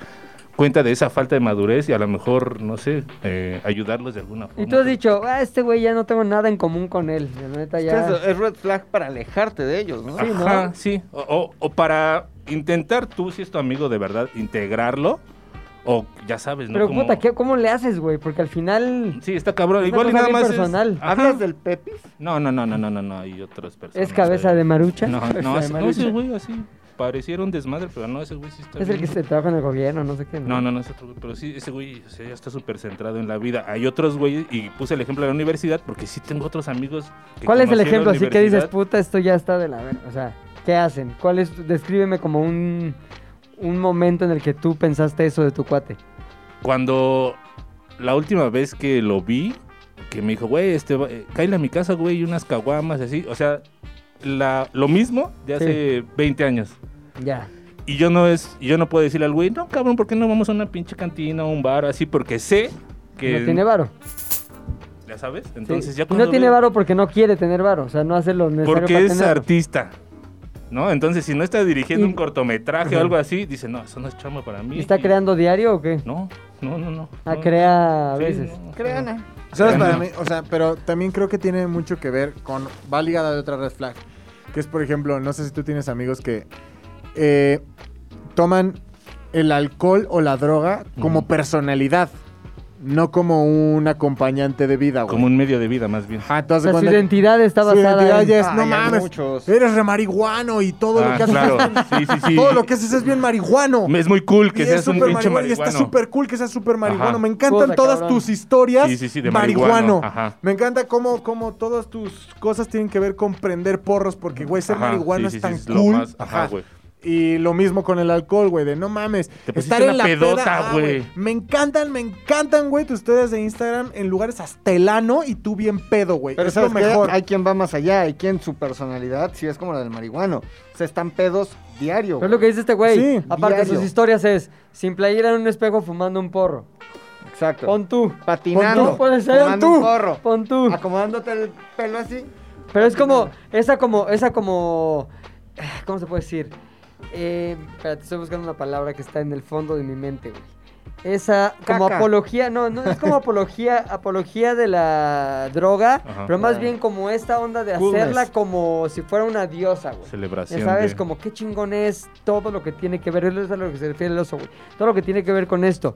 C: cuenta de esa falta de madurez y a lo mejor, no sé, eh, ayudarlos de alguna forma.
A: Y tú has dicho, ah, este güey ya no tengo nada en común con él. La neta
B: Es que
A: ya.
C: eh,
B: eso es red flag para alejarte de ellos, ¿no?
C: Ajá, sí. O, o- o para intentar tú, si es tu amigo de verdad, integrarlo. O ya sabes, ¿no?
A: Pero
C: Como-
A: puta, ¿qué- ¿cómo le haces, güey? Porque al final
C: Sí, está cabrón.
A: Una
C: Igual y
A: cosa
C: nada
A: bien
C: más. es-
A: personal.
C: Ajá.
B: ¿Hablas del Pepis?
C: No, no, no, no, no, no, no. Hay otras personas.
A: es cabeza de
C: güey.
A: marucha.
C: No,
B: Cabeza
C: no,
B: de
C: ese- no,
B: marucha.
C: ese güey así. Pareciera un desmadre, pero no, ese güey sí está.
A: Es el
C: bien.
A: que se trabaja en el gobierno, no sé qué.
C: No, no, no es otro güey, pero sí, ese güey o sea, ya está súper centrado en la vida. Hay otros güeyes, y puse el ejemplo de la universidad, porque sí tengo otros amigos. que
A: ¿Cuál es el
C: conocí en la
A: ejemplo así que dices,
C: universidad.
A: puta, esto ya está de la verga? O sea, ¿qué hacen? ¿Cuál es? tu- Descríbeme como un, un momento en el que tú pensaste eso de tu cuate.
C: Cuando la última vez que lo vi, que me dijo, güey, este, va- eh, cáele a mi casa, güey, y unas caguamas, así. O sea, la, lo mismo de
A: Sí.
C: hace 20 años.
A: Ya.
C: Y yo no es, y yo no puedo decirle al güey, no, cabrón, ¿por qué no vamos a una pinche cantina o un bar así? Porque sé que.
A: No tiene varo.
C: ¿Ya sabes? Entonces
A: Entonces,
C: ya cuando
A: no tiene
C: veo-
A: varo porque no quiere tener varo. O sea, no hace lo necesario
C: Porque
A: para
C: es
A: tenerlo.
C: artista. ¿No? Entonces, si no está dirigiendo
A: Y-
C: un cortometraje o
A: Ajá.
C: algo así, dice, no, eso no es chamba para mí.
A: ¿Y ¿Está
C: Y-
A: creando diario o qué?
C: No, no, no, no.
A: Ah,
C: no.
A: crea a
C: Sí,
A: veces.
C: no, no.
B: Creana.
D: ¿Sabes
C: Ajá.
D: para mí? O sea, pero también creo que tiene mucho que ver con. Va ligada de otra red flag. Que es, por ejemplo, no sé si tú tienes amigos que eh, toman el alcohol o la droga como
C: Ujú.
D: personalidad, no como un acompañante de vida, güey.
C: Como un medio de vida, más bien.
D: Ajá, entonces,
A: O sea, su
D: cuando-
A: identidad está
D: su
A: basada
D: identidad
A: en-
D: ya es,
B: Ah,
D: no
B: ya hay
D: mames,
B: muchos.
D: eres remarihuano y todo lo
C: Ah,
D: que haces.
C: claro. Sí, sí, sí.
D: Todo lo que haces es bien marihuano.
C: Es muy cool
D: Y
C: que
D: es
C: seas un
D: súper
C: pinche
D: marihuana, y
C: marihuano.
D: está súper cool que seas súper marihuano.
C: Ajá.
D: Me encantan
A: Cosa,
D: todas
A: cabrón.
D: tus historias
C: Sí, sí, sí, de
D: marihuano.
C: marihuano, ajá.
D: Me encanta cómo, cómo todas tus cosas tienen que ver con prender porros, porque, güey, ser
C: Ajá,
D: marihuano
C: sí,
D: es
C: sí, sí,
D: tan
C: es lo
D: cool.
C: más- ajá,
D: ajá.
C: güey.
D: Y lo mismo con el alcohol, güey, de no mames.
C: pusiste una pedota,
D: ah,
C: güey.
D: Me encantan, me encantan, güey, tus historias de Instagram en lugares hasta el ano y tú bien pedo, güey.
B: Pero
D: es lo
B: ¿sabes qué?
D: mejor.
B: Hay quien va más allá, hay quien su personalidad sí es como la del marihuano. Se están pedos diario.
A: Pero es lo que dice este güey.
D: Sí,
A: Aparte,
B: diario.
A: sus historias es sin playera en un espejo fumando un porro.
B: Exacto.
A: Pon tú.
B: Patinando.
A: Pon tú, puede ser.
B: fumando
A: Pon tú.
B: un porro.
A: Pon tú.
B: Acomodándote el pelo así.
A: Pero es como, esa como, esa como, ¿cómo se puede decir? Eh, espérate, estoy buscando una palabra que está en el fondo de mi mente, güey. Esa, como
B: Caca.
A: apología, no, no, es como apología, apología de la droga,
C: Ajá.
A: pero más
B: Ah.
A: bien como esta onda de
D: Coolness.
A: hacerla como si fuera una diosa, güey.
C: Celebración.
A: Ya sabes,
C: de-
A: como qué chingón es todo lo que tiene que ver, eso es a lo que se refiere el oso, güey. Todo lo que tiene que ver con esto.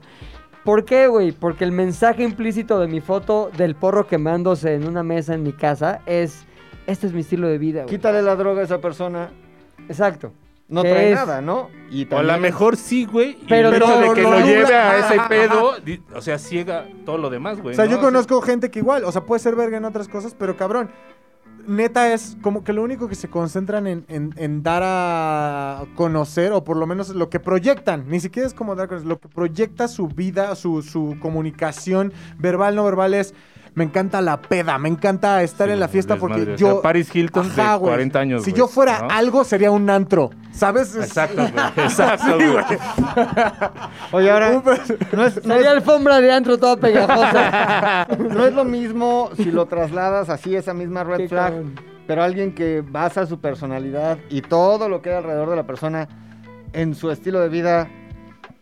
A: ¿Por qué, güey? Porque el mensaje implícito de mi foto del porro quemándose en una mesa en mi casa es, este es mi estilo de vida, güey.
B: Quítale la droga a esa persona.
A: Exacto.
B: No
A: ¿Qué
B: trae
A: es?
B: nada, ¿no? Y
C: O a lo
B: también-
C: mejor sí, güey. y
A: Pero
C: el hecho
D: no,
C: de que
D: no,
C: lo
D: no,
C: lleve
D: no,
C: a ese
D: ajá,
C: pedo, di- o sea, ciega todo lo demás, güey.
D: O sea,
C: ¿no?
D: yo conozco gente que igual, o sea, puede ser verga en otras cosas, pero cabrón, neta es como que lo único que se concentran en, en- en dar a conocer, o por lo menos lo que proyectan, ni siquiera es como dar a conocer, lo que proyecta su vida, su, su comunicación verbal, no verbal es, me encanta la peda, me encanta estar
C: Sí,
D: en la fiesta
C: el
D: porque
C: desmadre, o sea,
D: yo...
C: Paris Hilton de
D: Ajá, güey.
C: 40 años,
D: Si
C: güey,
D: yo fuera
C: ¿no?
D: algo, sería un antro, ¿sabes? Es-
C: Exacto, güey. Exacto,
D: Sí,
C: güey.
D: güey.
B: Oye, ahora. No es, no es-
A: Sería alfombra de antro toda pegajosa.
B: no es lo mismo si lo trasladas así, esa misma red
A: Qué
B: flag.
A: cabrón.
B: Pero alguien que basa su personalidad y todo lo que hay alrededor de la persona en su estilo de vida.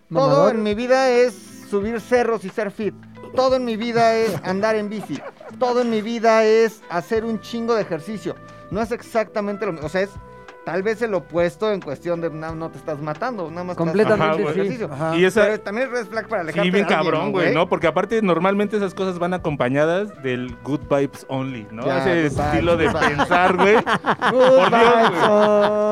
B: Todo
A: Mamador.
B: en mi vida es subir cerros y ser fit. Todo en mi vida es andar en bici. Todo en mi vida es hacer un chingo de ejercicio. No es exactamente lo mismo. O sea, es tal vez el opuesto en cuestión de no, no te estás matando. Nada más estás
A: Completamente,
B: haciendo
A: sí.
B: ejercicio.
D: Ajá.
C: Y esa,
B: Pero también es red flag para alejarte
C: Sí,
B: de
C: bien
B: alguien,
C: cabrón, güey, ¿no? Porque aparte normalmente esas cosas van acompañadas del good vibes only, ¿no?
B: Ya,
C: Ese
B: good
C: estilo de
B: vibes, good
C: pensar, güey. Por Dios,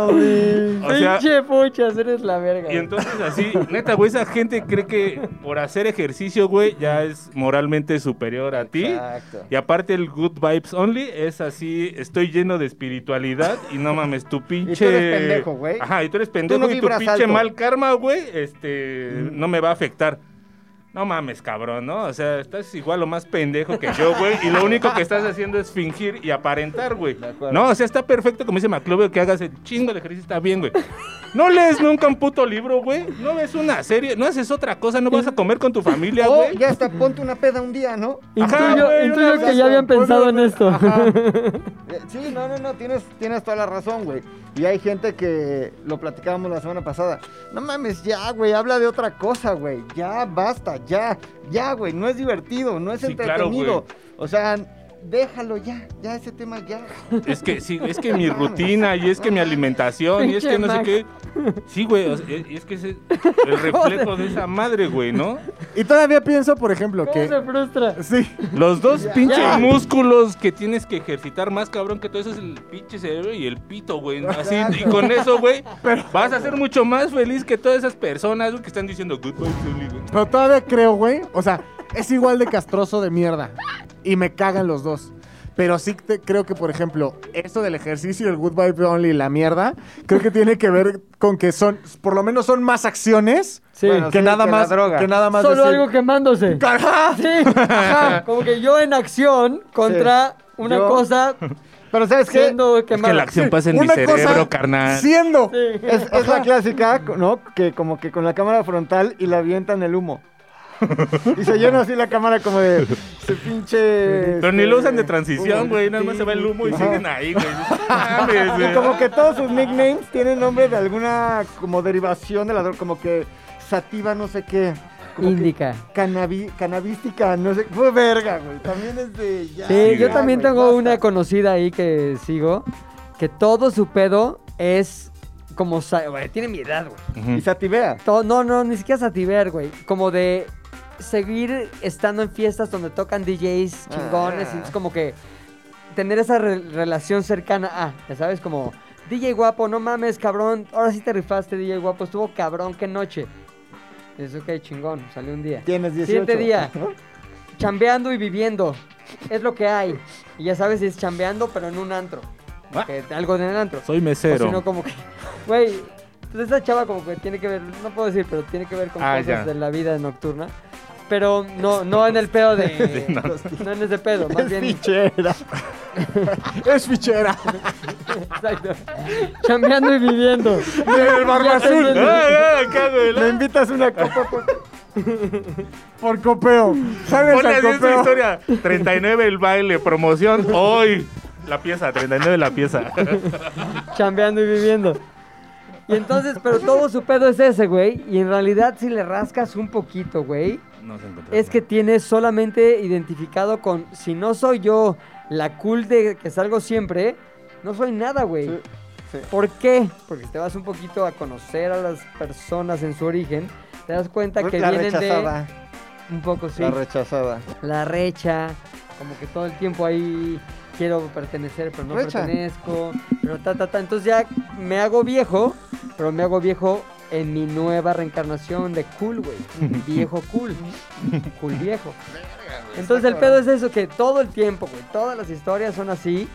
C: güey. O sea,
A: Pinche puchas, eres la verga.
C: y entonces así, neta, güey, esa gente cree que por hacer ejercicio, güey, ya es moralmente superior a ti.
B: Exacto.
C: Y aparte el good vibes only es así, estoy lleno de espiritualidad y no mames, tu pinche...
B: eres pendejo, güey.
C: Ajá, y tú eres pendejo
B: no
C: y tu
B: vibras
C: pinche
B: alto. Mm.
C: mal karma, güey, este, no me va a afectar. No mames, cabrón, ¿no? O sea, estás igual o más pendejo que yo, güey, y lo único que estás haciendo es fingir y aparentar, güey.
B: acuerdo.
C: No, o sea, está perfecto, como dice McClove, que hagas el chingo de ejercicio, está bien, güey. No lees nunca un puto libro, güey. No ves una serie, no haces otra cosa, no vas a comer con tu familia,
B: O
C: güey.
B: ya hasta ponte una peda un día, ¿no?
C: Ajá,
A: Intuyo,
C: güey,
A: intuyo
C: una
A: que ya
C: razón.
A: habían pensado en esto.
B: Eh, Sí, no, no, no, tienes, tienes toda la razón, güey. Y hay gente que lo platicábamos la semana pasada. No mames, ya, güey, habla de otra cosa, güey. Ya, basta, ya, ya, güey. No es divertido, no es
C: Sí, claro,
B: entretenido. o sea, déjalo ya, ya ese tema ya.
C: Es que sí, es que mi rutina y es que mi alimentación y es que no sé qué. Sí, güey, o sea, y es que es el reflejo de esa madre, güey, ¿no?
D: Y todavía pienso, por ejemplo,
A: ¿Cómo
D: que...
A: se frustra?
D: Sí.
C: Los dos pinches
A: Ya.
C: músculos que tienes que ejercitar más cabrón que todo eso es el pinche cerebro y el pito, güey. ¿no? Así, y con eso, güey, vas a ser mucho más feliz que todas esas personas güey, que están diciendo good vibes only, güey.
D: Pero todavía creo, güey. O sea, es igual de castroso de mierda. Y me cagan los dos. Pero sí te- creo que, por ejemplo, esto del ejercicio, el good vibe only y la mierda, creo que tiene que ver con que son, por lo menos son más acciones
A: Sí.
B: Bueno,
D: que,
B: sí,
D: nada
B: que la
D: más,
B: droga.
D: que nada más.
A: Solo
D: decir-
A: algo quemándose.
D: ¡Ajá!
A: Sí, ajá, como que yo en acción contra una
B: Yo-
A: cosa
B: Pero ¿sabes qué?
A: siendo
C: Es que la
A: quemada.
C: acción pasa en mi
D: Una cosa
C: cerebro, carnal.
D: Siendo.
A: Sí.
B: Es, es la clásica, ¿no? Que como que con la cámara frontal y la avientan el humo. Y se llena así la cámara como de ese pinche...
C: Pero ni
B: este,
C: lo usan de transición,
B: humo.
C: güey. Nada más se va el humo y
B: Ajá.
C: siguen ahí, güey. Mames,
B: Y
C: güey.
B: como que todos sus nicknames tienen nombre de alguna como derivación de la droga, como que sativa no sé qué, como que
A: Indica.
B: Cannabi, cannabística, no sé. Fue verga, güey. También es de. ya,
A: Sí, yo
C: güey,
B: ya,
A: también
B: güey,
A: tengo
B: basta.
A: una conocida ahí que sigo, que todo su pedo es como... sa- güey, tiene mi edad, güey.
D: Mm.
B: Y Sativea.
A: To- no, no, ni siquiera sativer, güey. Como de seguir estando en fiestas donde tocan DJs chingones.
B: Ah.
A: Y es como que tener esa re- relación cercana a, ya sabes, como DJ guapo, no mames, cabrón. Ahora sí te rifaste, DJ guapo. Estuvo cabrón, qué noche. Es ok, chingón, salió un día.
B: Tienes 18.
A: Siguiente día.
B: ¿no?
A: Chambeando y viviendo. Es lo que hay. Y ya sabes, es chambeando, pero en un antro.
C: Ah.
A: Que- algo en el antro.
C: Soy
A: O si no,
C: mesero.
A: como que. Güey, pues esta chava como que tiene que ver, no puedo decir, pero tiene que ver con
C: Ah,
A: cosas
C: ya.
A: de la vida nocturna. Pero no, no en el pedo de. no. en ese pedo, más
B: Es
A: bien.
B: fichera.
D: Es fichera.
A: Exacto. Chambeando y viviendo.
D: Del barba
A: Ya
D: azul.
A: entendí.
C: Ah, ah, cago en la-
B: Le invitas una copa. por-
D: Por copeo. Sales
C: Ponle
D: al
C: así en su
D: copeo.
C: historia. 39 el baile, promoción hoy. La pieza, 39 la pieza.
A: Chambeando y viviendo. Y entonces, pero todo su pedo es ese, güey. Y en realidad, si le rascas un poquito, güey,
C: No se encuentra.
A: es que tienes solamente identificado con. Si no soy yo la cool de que salgo siempre, no soy nada, güey.
B: Sí, sí.
A: ¿Por qué? Porque te vas un poquito a conocer a las personas en su origen, te das cuenta que
B: Pues La
A: vienen
B: rechazada.
A: de un poco sí,
B: La
A: la,
B: rechazada.
A: recha, como que todo el tiempo ahí quiero pertenecer pero no
B: Recha.
A: pertenezco, pero ta ta ta, entonces ya me hago viejo, pero me hago viejo en mi nueva reencarnación de cool, güey, viejo cool, cool viejo. Entonces el pedo es eso, que todo el tiempo, güey, todas las historias son así.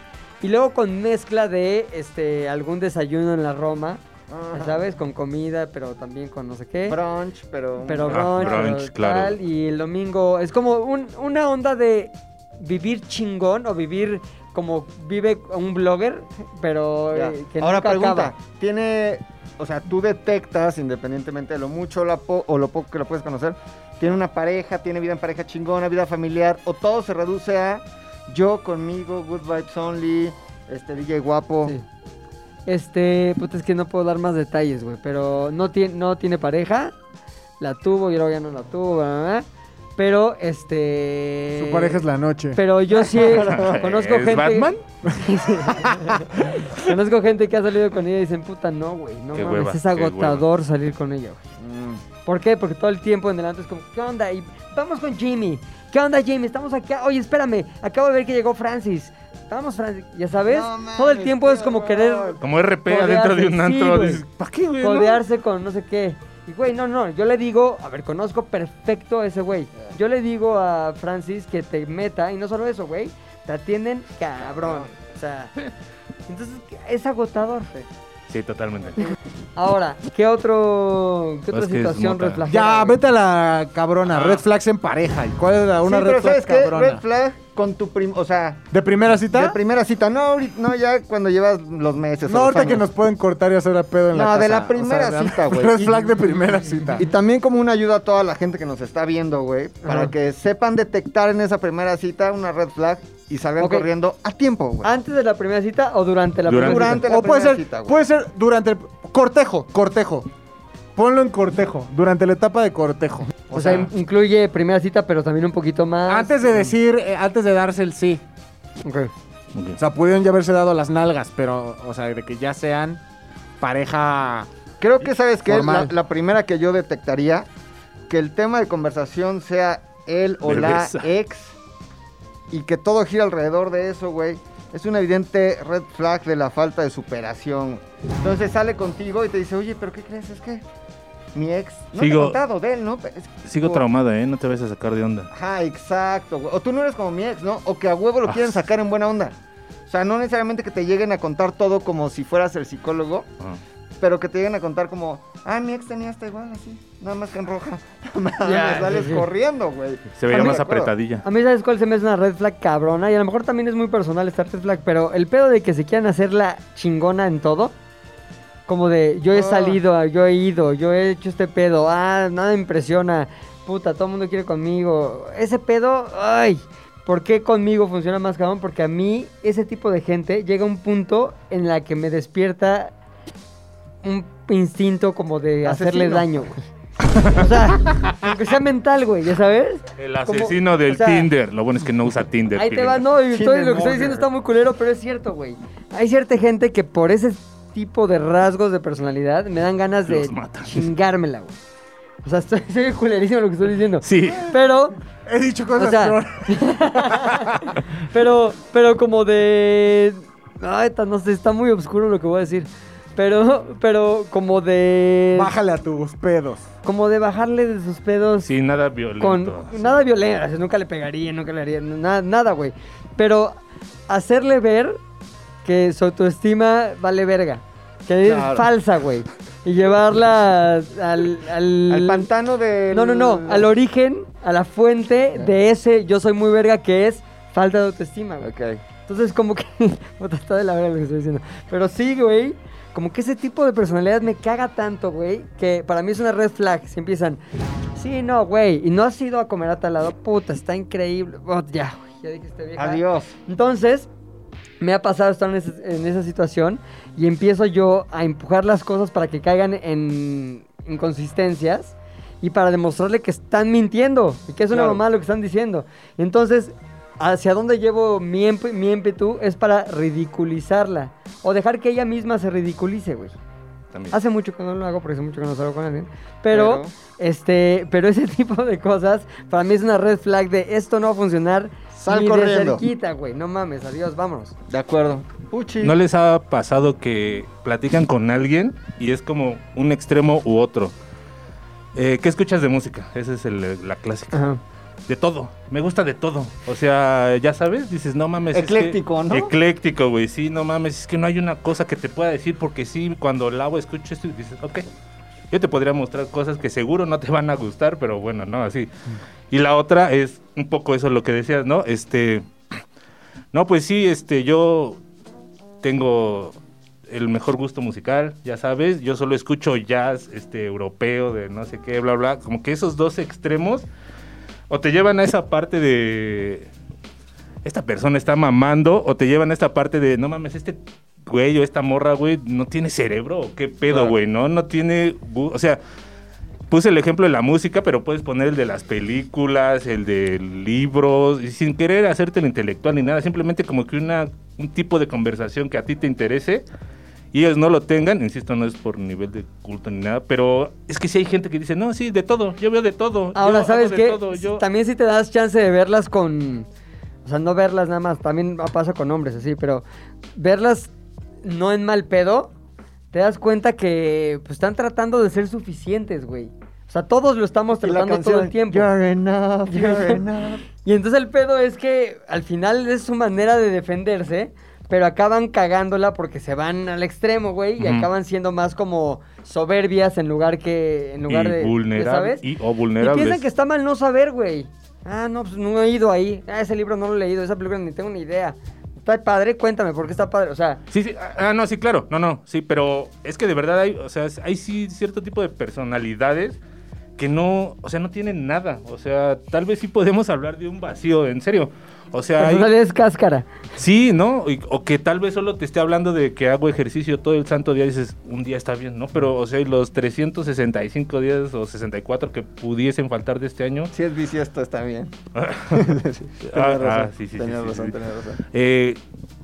A: Y luego con mezcla de este algún desayuno en la Roma, ya
B: Ajá.
A: ¿sabes? Con comida, pero también con no sé qué.
B: Brunch, pero.
A: pero
C: Ah,
A: brunch,
C: brunch,
A: pero
C: claro.
A: tal, y el domingo es como un- una onda de vivir chingón o vivir como vive un blogger, pero
B: Ya.
A: eh, que
B: Ahora
A: nunca
B: pregunta,
A: acaba.
B: ¿tiene, o sea, tú detectas, independientemente de lo mucho o la po- o lo poco que lo puedes conocer, tiene una pareja, tiene vida en pareja chingona, vida familiar, o todo se reduce a yo conmigo, good vibes only, este DJ guapo?
A: Sí. Este, puta, es que no puedo dar más detalles, güey. Pero no tiene, no tiene pareja. La tuvo y luego ya no la tuvo, bla, bla, bla. Pero, este.
D: Su pareja es la noche.
A: Pero yo sí conozco
C: ¿Es
A: gente.
C: Batman?
A: conozco gente que ha salido con ella y dicen, puta, no, güey. No
C: Qué
A: mames,
C: hueva,
A: es
C: qué hueva.
A: agotador salir con ella, güey.
B: Mm.
A: ¿Por qué? Porque todo el tiempo en delante es como, ¿qué onda? Y vamos con Jimmy. ¿Qué onda, Jimmy? Estamos acá. Oye, espérame. Acabo de ver que llegó Francis. Vamos, Francis. ¿Ya sabes?
B: No
A: todo el
B: mames,
A: tiempo es
B: qué
A: como
B: horror.
A: querer
C: Como RP adentro
A: Codearse,
C: de un
A: sí,
C: antro.
A: güey.
C: dices, ¿Para qué, güey? no?
A: codearse con no sé qué. Y güey, no, no, yo le digo, a ver, conozco perfecto a ese güey.
D: Ah.
A: Yo le digo a Francis que te meta, y no solo eso, güey, te atienden cabrón. O sea, entonces es agotador, güey.
C: Sí, totalmente.
A: Ahora, ¿qué otro qué
C: No,
A: otra
C: es que es
A: situación
C: mota.
A: reflejada?
D: Ya,
A: güey?
D: vete a la cabrona. Red flags en pareja. ¿Y ¿Cuál es la, una
B: Ah. Sí,
D: red
B: pero
D: flag
B: ¿sabes qué?
D: cabrona?
B: Red flag con tu primo, o sea,
D: ¿De primera
B: de
D: cita?
B: primera cita, no, ahorita- no ya cuando llevas los meses.
D: no,
B: o los
D: ahorita que
B: años.
D: nos pueden cortar y hacer a pedo en la
B: No,
D: casa.
B: de la
D: O sea,
B: primera
D: de-
B: cita, güey.
D: Red
B: Y-
D: flag de primera cita.
B: Y también como una ayuda a toda la gente que nos está viendo, güey, para
A: Ajá.
B: que sepan detectar en esa primera cita una red flag y salgan
A: Ok. Ah.
B: corriendo a tiempo, güey.
A: ¿Antes de la primera cita o durante la
C: Durante.
A: primera
B: Durante
A: cita?
B: la
D: o puede
B: primera
D: ser,
B: cita, güey.
D: puede ser durante el cortejo, cortejo. Ponlo en cortejo, durante la etapa de cortejo.
A: O sea, in- incluye primera cita, pero también un poquito más.
D: antes de decir, eh, antes de darse el sí.
A: Ok.
D: O sea, pudieron ya haberse dado las nalgas, pero, o sea, de que ya sean pareja.
B: Creo que sabes que la,
D: Formal.
B: la primera que yo detectaría que el tema de conversación sea él o la
C: Bebesa.
B: ex y que todo gira alrededor de eso, güey. Es una evidente red flag de la falta de superación. Entonces sale contigo y te dice, oye, pero ¿qué crees? Es que mi ex no te he
C: Sigo-
B: contado de él, ¿no? Es-
C: Sigo
B: o-
C: traumada, ¿eh? No te vayas a sacar de onda.
B: Ajá, exacto, güey. O tú no eres como mi ex, ¿no? O que a huevo
C: Ah.
B: lo quieren sacar en buena onda. O sea, no necesariamente que te lleguen a contar todo como si fueras el psicólogo,
C: Ah.
B: pero que te lleguen a contar como, ah, mi ex tenía esta igual, así, nada más que en roja. Mames,
A: Ya,
B: sales
A: sí, sí.
B: corriendo, güey.
C: Se vería
B: También
C: más
B: de acuerdo.
C: apretadilla.
A: A mí, ¿sabes cuál se me hace una red flag cabrona? Y a lo mejor también es muy personal esta red flag, pero el pedo de que se quieran hacer la chingona en todo. Como de, yo he
B: Ah.
A: salido, ah, yo he ido, yo he hecho este pedo, ah, nada me impresiona, puta, todo el mundo quiere conmigo. Ese pedo, ay, ¿por qué conmigo funciona más cabrón? Porque a mí, ese tipo de gente llega a un punto en la que me despierta un instinto como de hacerle
B: Asesino.
A: daño, güey. O sea, aunque sea mental, güey, ¿ya sabes?
C: El
A: Como-
C: asesino del
A: o sea,
C: Tinder. Lo bueno es que no usa Tinder.
A: Ahí te
C: Pirela.
A: va, no, y estoy-
B: Tinder
A: lo que estoy diciendo
B: Monger.
A: está muy culero, pero es cierto, güey. Hay cierta gente que por ese tipo de rasgos de personalidad me dan ganas de
C: Los matan.
A: chingármela, güey. O sea, estoy, soy culerísimo lo que estoy diciendo.
C: Sí.
A: Pero,
D: He dicho cosas
A: O sea,
D: peor.
A: pero, pero como de... Ay, ta- no sé, está muy oscuro lo que voy a decir. Pero, pero como de...
D: eh, Bájale a tus pedos.
A: Como de bajarle de sus pedos.
C: Sí, nada
A: con
C: violento. sí.
A: nada violento, o sea, nunca le pegaría, nunca le haría na- nada, güey. Pero hacerle ver que su autoestima vale verga, que
B: Claro.
A: es falsa, güey, y llevarla al, al-
B: Al pantano de.
A: no, no, no, al origen, a la fuente de ese yo soy muy verga que es falta de autoestima, güey.
B: Ok.
A: Entonces, como que. puta, está de la verga lo que estoy diciendo. Pero sí, güey. Como que ese tipo de personalidad me caga tanto, güey. Que para mí es una red flag. Si empiezan. Sí, no, güey. Y no has ido a comer a tal lado. Puta, está increíble. Oh, ya, güey. Ya dije este vieja.
B: Adiós.
A: Entonces, me ha pasado estar en, ese- en esa situación. Y empiezo yo a empujar las cosas para que caigan en inconsistencias. Y para demostrarle que están mintiendo. Y que es una
B: Claro.
A: mamá lo que están diciendo. Entonces, hacia dónde llevo mi, ímp- mi ímpetu es para ridiculizarla. O dejar que ella misma se ridiculice, güey.
C: También.
A: Hace mucho que no lo hago porque hace mucho que no salgo con alguien. Pero,
B: Pero-
A: este, pero ese tipo de cosas para mí es una red flag de esto no va a funcionar.
B: Sal
A: ni De
B: corriendo.
A: cerquita, güey. No mames, adiós, vámonos.
B: De acuerdo. Puchi.
C: ¿No les ha pasado que platican con alguien y es como un extremo u otro? Eh, ¿Qué escuchas de música? Esa es el- la clásica.
A: Ajá.
C: De todo. Me gusta de todo. O sea, ya sabes, dices, no mames. es que-
B: Ecléctico, ¿no?
C: Ecléctico, güey. Sí, no mames. Es que no hay una cosa que te pueda decir porque sí, cuando lavo escucho esto y dices, ok. Yo te podría mostrar cosas que seguro no te van a gustar, pero bueno, no, así. Y la otra es un poco eso lo que decías, ¿no? Este. No, pues sí, este, yo tengo el mejor gusto musical, ya sabes, yo solo escucho jazz, este, europeo, de no sé qué, bla, bla, como que esos dos extremos, o te llevan a esa parte de, esta persona está mamando, o te llevan a esta parte de, no mames, este güey o esta morra, güey, no tiene cerebro, o qué pedo,
B: Claro.
C: güey, ¿no? No tiene, gu- o sea, puse el ejemplo de la música, pero puedes poner el de las películas, el de libros, y sin querer hacerte el intelectual ni nada, simplemente como que una, un tipo de conversación que a ti te interese y ellos no lo tengan, insisto, no es por nivel de culto ni nada, pero es que si hay gente que dice, no, sí, de todo, yo veo de todo.
A: Ahora,
C: yo
A: ¿sabes
C: hago de
A: qué?
C: todo, yo-".
A: También si te das chance de verlas con... O sea, no verlas nada más. También pasa con hombres así, pero verlas no en mal pedo, te das cuenta que pues, están tratando de ser suficientes, güey. O sea, todos lo estamos
B: Y
A: tratando todo el tiempo.
B: You're enough, you're
A: You're-
B: enough.
A: Y entonces el pedo es que al final es su manera de defenderse, pero acaban cagándola porque se van al extremo, güey, y
C: Ujú.
A: acaban siendo más como soberbias en lugar que en lugar
C: y
A: de
C: vulnerab-
A: ya ¿sabes?
C: y o
A: Y
C: vulnerables.
A: piensan que está mal no saber, güey. Ah, no, pues no he ido ahí. Ah, ese libro no lo he leído, esa película ni tengo ni idea. Está padre, cuéntame por qué está padre, o sea,
C: Sí, sí, ah, ah, no, sí, claro, no, no, sí, pero es que de verdad hay, o sea, hay sí cierto tipo de personalidades que no, o sea, no tienen nada, o sea, tal vez sí podemos hablar de un vacío, en serio, o
A: pues,
C: sea, hay-
A: personalidad es cáscara.
C: sí, ¿no? Y- o que tal vez solo te esté hablando de que hago ejercicio todo el santo día y dices, un día está bien, ¿no? Pero, o sea, y los 365 días o 64 que pudiesen faltar de este año,
B: Si es bisiesto, está bien. Tenías
C: Ah, ah,
B: razón,
C: sí, sí,
B: tenías
C: sí, sí,
B: razón,
C: sí.
B: tenías
A: Pues
B: razón.
C: Eh,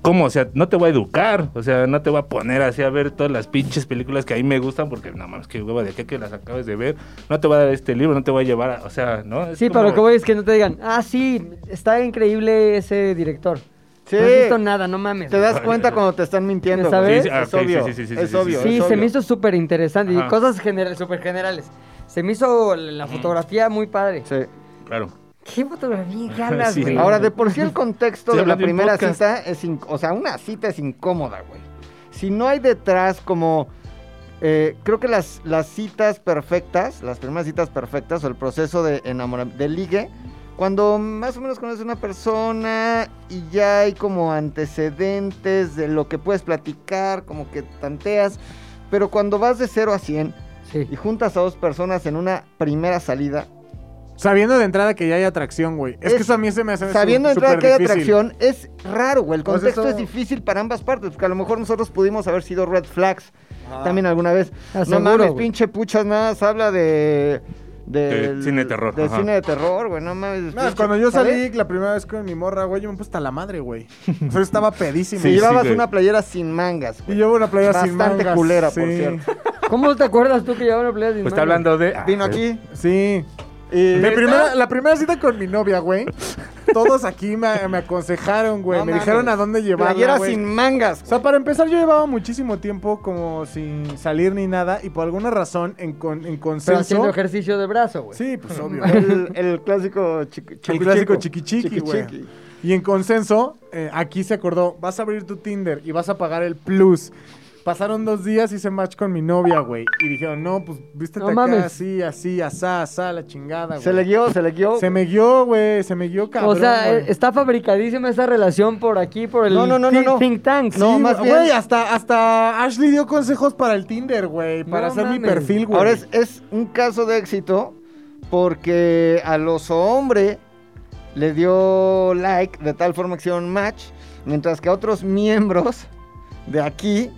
C: ¿Cómo? O sea, no te voy a educar. O sea, no te voy a poner así a ver todas las pinches películas que a mí me gustan porque nada más que hueva de qué que las acabes de ver. No te voy a dar este libro, no te voy a llevar a- O sea, ¿no? Es
A: Sí,
C: como-
A: pero lo que voy es que no te digan, "Ah, sí, está increíble ese director."
B: Sí.
A: No has visto nada, no mames.
B: Te
A: güey.
B: das cuenta cuando te están mintiendo.
A: ¿Me sabes?
B: güey.
A: Sí, sí,
C: ah,
B: es
C: ok, sí,
B: obvio.
C: sí, sí, sí, sí,
B: es
C: sí,
B: obvio.
C: sí.
A: Sí,
B: es
A: se
B: obvio.
A: me hizo súper interesante. Y
C: Ajá.
A: cosas generales, súper generales. Se me hizo la fotografía muy padre.
B: Mm. Sí.
C: Claro.
A: ¿Qué fotografía? ¿Qué hablas,
C: Sí.
A: güey?
B: Ahora, de por sí el contexto
C: Estoy
B: de la
C: hablando de un
B: primera
C: podcast.
B: cita es... inc- O sea, una cita es incómoda, güey. Si no hay detrás como... eh, creo que las, las citas perfectas, las primeras citas perfectas o el proceso de enamoramiento, de ligue, cuando más o menos conoces a una persona y ya hay como antecedentes de lo que puedes platicar, como que tanteas, pero cuando vas de 0 a 100
A: Sí.
B: y juntas a dos personas en una primera salida,
D: Sabiendo de entrada que ya hay atracción, güey. Es,
B: Es-
D: que eso a mí se me hace.
B: Sabiendo
D: su-
B: entrar que hay
D: superdifícil.
B: atracción, es raro, güey. El
D: Pues
B: contexto
D: eso-
B: es difícil para ambas partes, porque a lo mejor nosotros pudimos haber sido red flags. también alguna vez.
A: Ah,
B: no
A: seguro,
B: mames,
A: güey.
B: pinche puchas nada, se habla de... del-
C: cine de terror,
B: De
C: ajá.
B: cine de terror, güey, no mames.
D: Nada,
B: pinche-
D: cuando yo salí
B: ¿sabes?
D: la primera vez con mi morra, güey, yo me puse hasta la madre, güey. O sea, estaba pedísimo.
B: Si
C: Sí,
B: llevabas
C: güey.
B: una playera sin mangas,
D: Y
B: güey.
D: llevo una playa sin
B: Bastante
D: mangas,
B: culera,
D: sí.
B: por cierto.
A: ¿Cómo te acuerdas tú que llevaba una playa sin
C: Pues está
A: manga?
C: hablando de. ah,
B: Vino
C: eh,
B: aquí.
D: Sí.
B: Y
D: De primera, la primera cita con mi novia, güey. Todos aquí me, me aconsejaron, güey.
B: No
D: me
B: mames.
D: dijeron a dónde llevarla,
B: Playera
D: güey.
B: sin mangas.
D: O sea, para empezar, yo llevaba muchísimo tiempo como sin salir ni nada. Y por alguna razón, en, con, en
A: Pero haciendo
D: consenso...
A: ejercicio de brazo, güey.
D: Sí, pues obvio.
B: El, el clásico chiqui-
D: El
B: chiqui-
D: clásico
B: chico.
D: chiqui chiqui,
B: Chiqui-
D: güey.
B: chiqui.
D: Y en consenso, eh, aquí se acordó, vas a abrir tu Tinder y vas a pagar el plus. Pasaron dos días, hice match con mi novia, güey. Y dijeron, no, pues vístete
A: No
D: acá
A: mames.
D: así, así, asá, asá, la chingada, güey.
B: Se le guió, se le guió.
D: Se me guió, güey, se me guió, cabrón.
A: o sea,
D: güey.
A: eh, está fabricadísima esa relación por aquí, por el
B: No, no, no, no,
A: thi-
B: no.
A: think tank.
B: No,
D: Sí,
B: más
D: güey,
B: bien-
D: hasta, hasta Ashley dio consejos para el Tinder, güey, para
A: No
D: hacer mi
A: mames.
D: perfil, güey.
B: Ahora es, es un caso de éxito porque a los hombres le dio like de tal forma que hicieron match, mientras que a otros miembros de aquí,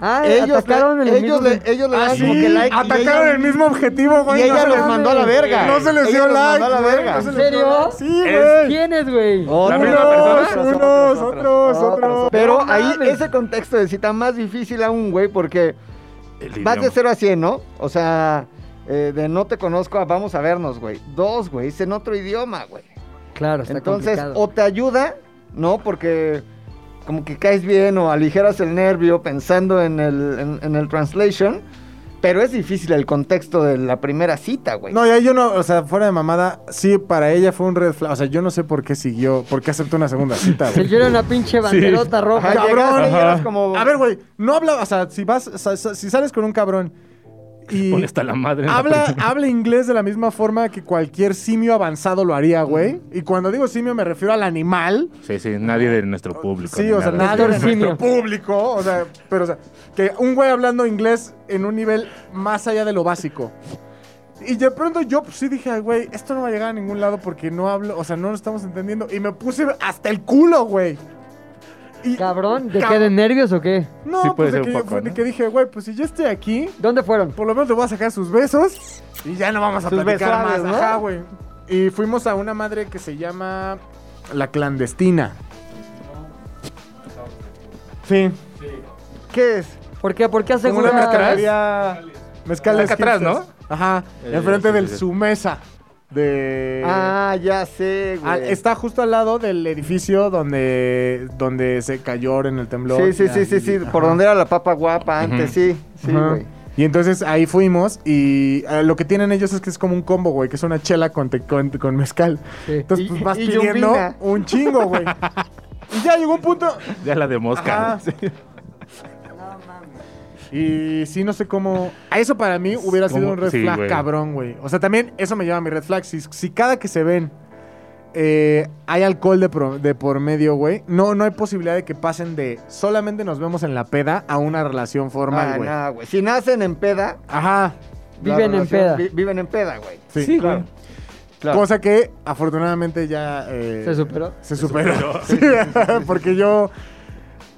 A: Ah,
B: ellos,
A: atacaron
B: le,
A: el
B: ellos,
A: mismo-
B: le, ellos le
D: Ah,
B: dan
D: sí,
B: como que like. y
D: atacaron
B: ella-
D: el mismo objetivo, güey.
B: Y ella
D: se
B: los
D: les-
B: mandó a la verga.
D: No se les
B: Ella
D: dio
B: los
D: like.
B: mandó a la
D: güey,
B: verga.
D: no se
A: ¿En
D: les dio
A: serio?
D: like. Sí,
C: Es-
D: güey.
A: ¿Quién es, güey?
C: La
B: Otros,
C: misma persona.
B: otros,
D: Unos, otros, otros.
B: Pero
A: No
B: ahí
A: mames.
B: ese contexto de cita más difícil aún, güey, porque
C: el
B: Vas de
C: idioma.
B: 0 a 100, ¿no? O sea, eh, de no te conozco a vamos a vernos, güey. Dos, güey, es en otro idioma, güey.
A: Claro, está
B: Entonces, oh,
A: complicado.
B: o te ayuda, ¿no? Porque como que caes bien o aligeras el nervio pensando en el, en, en el translation. Pero es difícil el contexto de la primera cita, güey.
C: Pues.
D: No, y ahí yo no, o sea, fuera de mamada, sí, para ella fue un red flag. O sea, yo no sé por qué siguió, por qué aceptó una segunda cita,
A: Se
D: güey.
A: lleva una pinche banderota roja.
B: Ajá,
D: cabrón.
B: llegaste y eras
C: Ajá.
B: como...
D: A ver, güey, no habla, o sea, si vas, sa- sa- si sales con un cabrón y
C: Pone hasta la madre. en la
D: habla,
C: persona.
D: habla inglés de la misma forma que cualquier simio avanzado lo haría, güey. Y cuando digo simio me refiero al animal.
C: Sí, sí, nadie de
B: Oh,
C: nuestro público.
D: Sí,
C: ni
D: o sea,
C: nada.
D: nadie de
A: Doctor
D: nuestro
A: Simio.
D: público, o sea, pero o sea, que un güey hablando inglés en un nivel más allá de lo básico. Y de pronto yo pues, sí dije, "Ay, güey, esto no va a llegar a ningún lado porque no hablo, o sea, no lo estamos entendiendo. Y me puse hasta el culo, güey. Y-
A: Cabrón, ¿de
D: Cab-
A: qué? ¿De nervios o qué?
D: No,
C: Sí puede
D: pues de
C: ser
D: que,
C: un
D: yo-
C: poco,
D: fue- de
C: ¿no?
D: que dije, güey, pues si yo estoy aquí,
A: ¿Dónde fueron?
D: por lo menos le voy a sacar sus besos y ya no vamos a
B: Sus
D: platicar
B: besuaves,
D: más.
B: ¿no?
D: Ajá, güey. Y fuimos a una madre que se llama La Clandestina. Sí.
B: ¿Qué es?
A: ¿Por qué? ¿Por qué hace
D: Como una mezcalería. Mezcales
C: Acá atrás,
D: hipsters. Ajá.
C: Eh,
D: enfrente
C: sí,
D: del
C: sí, sí.
D: su mesa. De.
B: Ah, ya sé, güey.
D: Ah, está justo al lado del edificio donde, donde se cayó en el temblor.
B: Sí, sí, sí, sí, sí. Por
D: Ajá.
B: donde era la papa guapa antes, sí. Sí,
D: Ajá.
B: güey.
D: Y entonces ahí fuimos y eh, lo que tienen ellos es que es como un combo, güey, que es una chela con, te- con, con mezcal.
A: Sí.
D: Entonces
B: Y-
D: pues, vas
B: y
D: pidiendo
B: yumbina.
D: un chingo, güey. y ya llegó un punto... ah.
C: Ya la de mosca.
B: Ah,
D: Ajá. Y sí, no sé cómo... A eso para mí hubiera sido
C: ¿Cómo?
D: un red
C: Sí,
D: flag
C: güey.
D: cabrón, güey. O sea, también eso me lleva a mi red flag. Si, si cada que se ven eh, hay alcohol de, pro- de por medio, güey, no, no hay posibilidad de que pasen de solamente nos vemos en la peda a una relación formal,
B: Ah,
D: güey.
B: no, güey. Si nacen en peda,
D: Ajá.
B: la
A: Viven en
B: relación-
A: peda.
B: vi- viven en peda, güey.
D: Sí,
A: Sí,
D: claro.
A: güey.
B: Claro.
D: Cosa que afortunadamente ya. eh,
A: Se superó.
D: Se superó. Sí, porque yo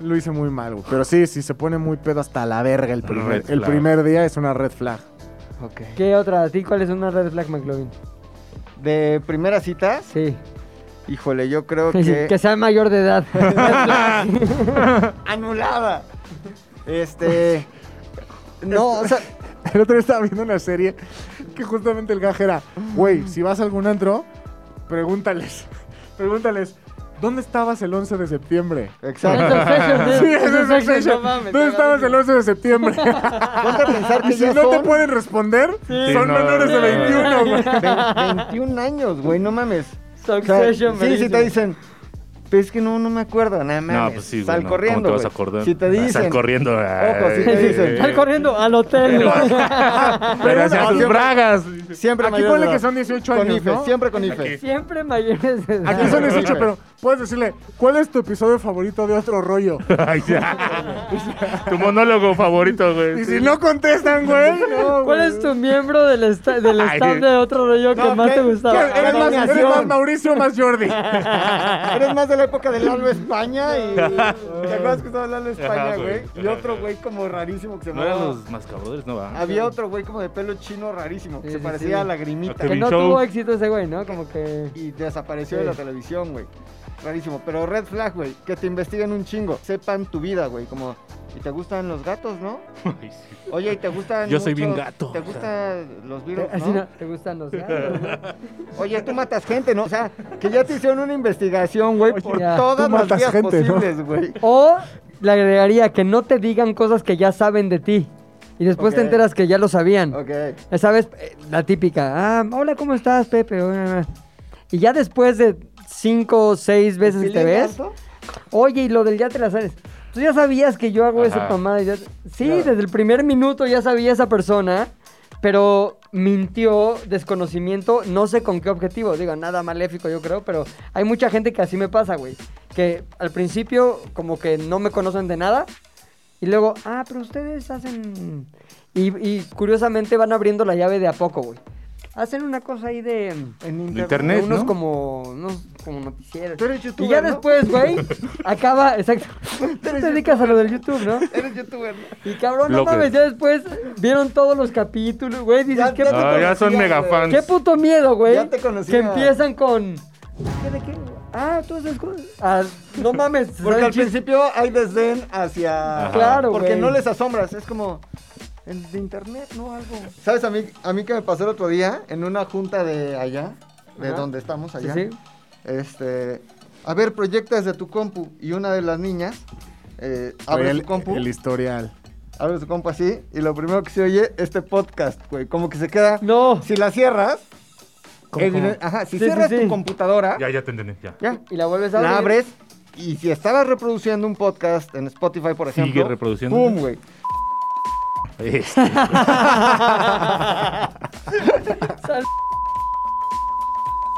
D: lo hice muy mal, güey. Pero sí, si se pone muy pedo hasta la verga el primer,
C: Red
D: el
C: flag.
D: primer día, es una red flag.
B: Ok.
A: ¿Qué otra? ¿A ti cuál es una red flag, McLovin?
B: De primeras citas,
A: Sí.
B: híjole, yo creo que.
A: Que sea mayor de edad. Red flag.
B: ¡Anulada! Este. No, o sea,
D: El otro día estaba viendo una serie que justamente el gaje era, güey, si vas a algún antro, pregúntales, pregúntales, ¿dónde estabas el 11 de septiembre?
A: Eso es
B: exacto.
A: sexo,
D: Sí,
A: eso
D: ese
A: es
D: es
A: sexo,
D: Succession.
A: no mames,
D: ¿Dónde estabas el 11 de septiembre?
B: Ponte a pensar
D: y
B: que
D: si
B: ya
D: no te
B: son
D: pueden responder,
C: Sí,
D: son
C: no,
D: menores de
C: no, no.
D: 21, güey.
B: ve- 21 años, güey, no mames. O sea,
A: Succession,
B: sí, sí
A: buenísimo.
B: te dicen. Pero es que no, no me acuerdo, nada más.
C: No, pues sí, güey.
B: Sal
C: no, ¿cómo
B: corriendo.
C: te vas a
B: güey.
C: acordar? Ah,
B: Si te
C: Sal
B: dicen.
C: corriendo. ah, eh,
B: Ojo, si te
C: ay,
B: dicen.
A: Sal corriendo al hotel.
C: Pero hacia sus bragas.
B: Siempre
D: Aquí
B: mayores de
D: ponle que
B: edad.
D: son 18
B: Con
D: años,
B: IFE,
D: ¿no?
B: siempre con IFE.
C: Aquí.
A: Siempre mayores de edad.
D: Aquí son 18,
B: Sí.
D: pero puedes decirle, ¿cuál es tu episodio favorito de otro rollo?
C: Ay, ya. tu monólogo favorito, güey.
D: Y si no contestan, güey,
A: ¿Cuál
D: no, güey.
A: es tu miembro del, esta- del
C: Ay.
A: staff de otro rollo que
B: No,
A: más te
B: ¿qué-
D: ¿Qué-
A: gustaba?
D: ¿Eres más,
B: Alineación.
D: eres más Mauricio o más Jordi?
B: Eres más de la época de Lalo España y... ¿Te acuerdas que estaba Lalo España,
C: Ajá,
B: güey?
C: Ah, güey.
B: Y otro güey como rarísimo que se
C: No eran
B: llamaba-
C: los mascabadores, no va.
B: Había otro güey como de pelo chino rarísimo que
A: Sí,
B: se
A: sí,
B: parecía
A: sí.
B: a Lagrimita.
C: Ok.
A: Que no
C: Show.
A: tuvo éxito ese güey, ¿no? Como que...
B: Y desapareció
A: Sí.
B: de la televisión, güey. Rarísimo. Pero Red Flag, güey, que te investiguen un chingo. Sepan tu vida, güey. Como, ¿y te gustan los gatos, no?
C: Ay, sí.
B: Oye, ¿y te gustan
C: Yo soy
B: mucho-
C: bien gato.
B: ¿Te gustan los virus,
A: Eh, Así no, ¿Te gustan los gatos?
B: Oye, tú matas gente, ¿no? O sea, que ya te hicieron una investigación, güey, por
A: ya.
B: todas
D: Tú
B: las
D: matas
B: vías
D: gente, ¿no?
B: posibles, güey.
A: O le agregaría que no te digan cosas que ya saben de ti. Y después
B: Ok.
A: te enteras que ya lo sabían.
B: Ok.
A: ¿Sabes? Eh, La típica. Ah, hola, ¿cómo estás, Pepe? Hola. ah". Y ya después de cinco o seis veces te
B: ¿Pilín
A: ves.
B: alto?
A: Oye, y lo del ya te la sabes. Tú ya sabías que yo hago
C: Ajá.
A: esa pomada. y ya- Sí, desde el primer minuto ya sabía esa persona, pero mintió, desconocimiento, no sé con qué objetivo. Digo, nada maléfico yo creo, pero hay mucha gente que así me pasa, güey. Que al principio como que no me conocen de nada y luego, ah, pero ustedes hacen... Y, y curiosamente van abriendo la llave de a poco, güey. Hacen una cosa ahí de...
B: En
C: De
B: internet.
C: internet,
A: unos
C: ¿no?
A: como unos como noticieros.
B: Tú eres
A: Y
B: youtuber,
A: ya
B: ¿no?
A: después, güey, acaba, exacto. Tú te dedicas a lo del YouTube, ¿no?
B: Eres youtuber. ¿no?
A: Y cabrón, no
C: Lo que-
A: mames, ya después vieron todos los capítulos, güey, dices,
B: Ya
A: ¿qué,
B: te
A: puto,
C: Ah, ya son
B: conocía,
C: mega
B: güey.
C: fans.
A: qué puto miedo, güey.
B: Ya te conocía.
A: Que empiezan con ¿Qué de qué? Ah, tú haces cosas. Ah, no mames, se
B: Porque
A: sabe
B: al
A: el chiste.
B: principio hay desdén hacia...
C: Ajá.
A: Claro,
B: Porque
A: güey.
B: no les asombras, es como... el de internet, no algo. ¿Sabes a mí, a mí que me pasó el otro día? En una junta de allá, de
A: Ajá.
B: donde estamos allá.
A: Sí, sí.
B: Este... A ver, proyecta desde tu compu. Y una de las niñas eh, abre
D: Oye,
B: su compu.
D: el historial.
B: Abre su compu así y lo primero que se oye, este podcast, güey. Como que se queda...
A: No.
B: Si la cierras...
C: ¿Cómo,
B: eviden-
C: cómo?
B: Ajá, si
A: Sí, sí,
B: cierras
A: sí.
B: tu computadora...
C: Ya, ya te entendí, ya.
B: ya.
A: Y la vuelves a abrir.
B: La abres y si estabas reproduciendo un podcast en Spotify, por
C: Sigue
B: ejemplo...
C: reproduciendo.
B: ¡Pum, güey!
C: Este,
A: Sal-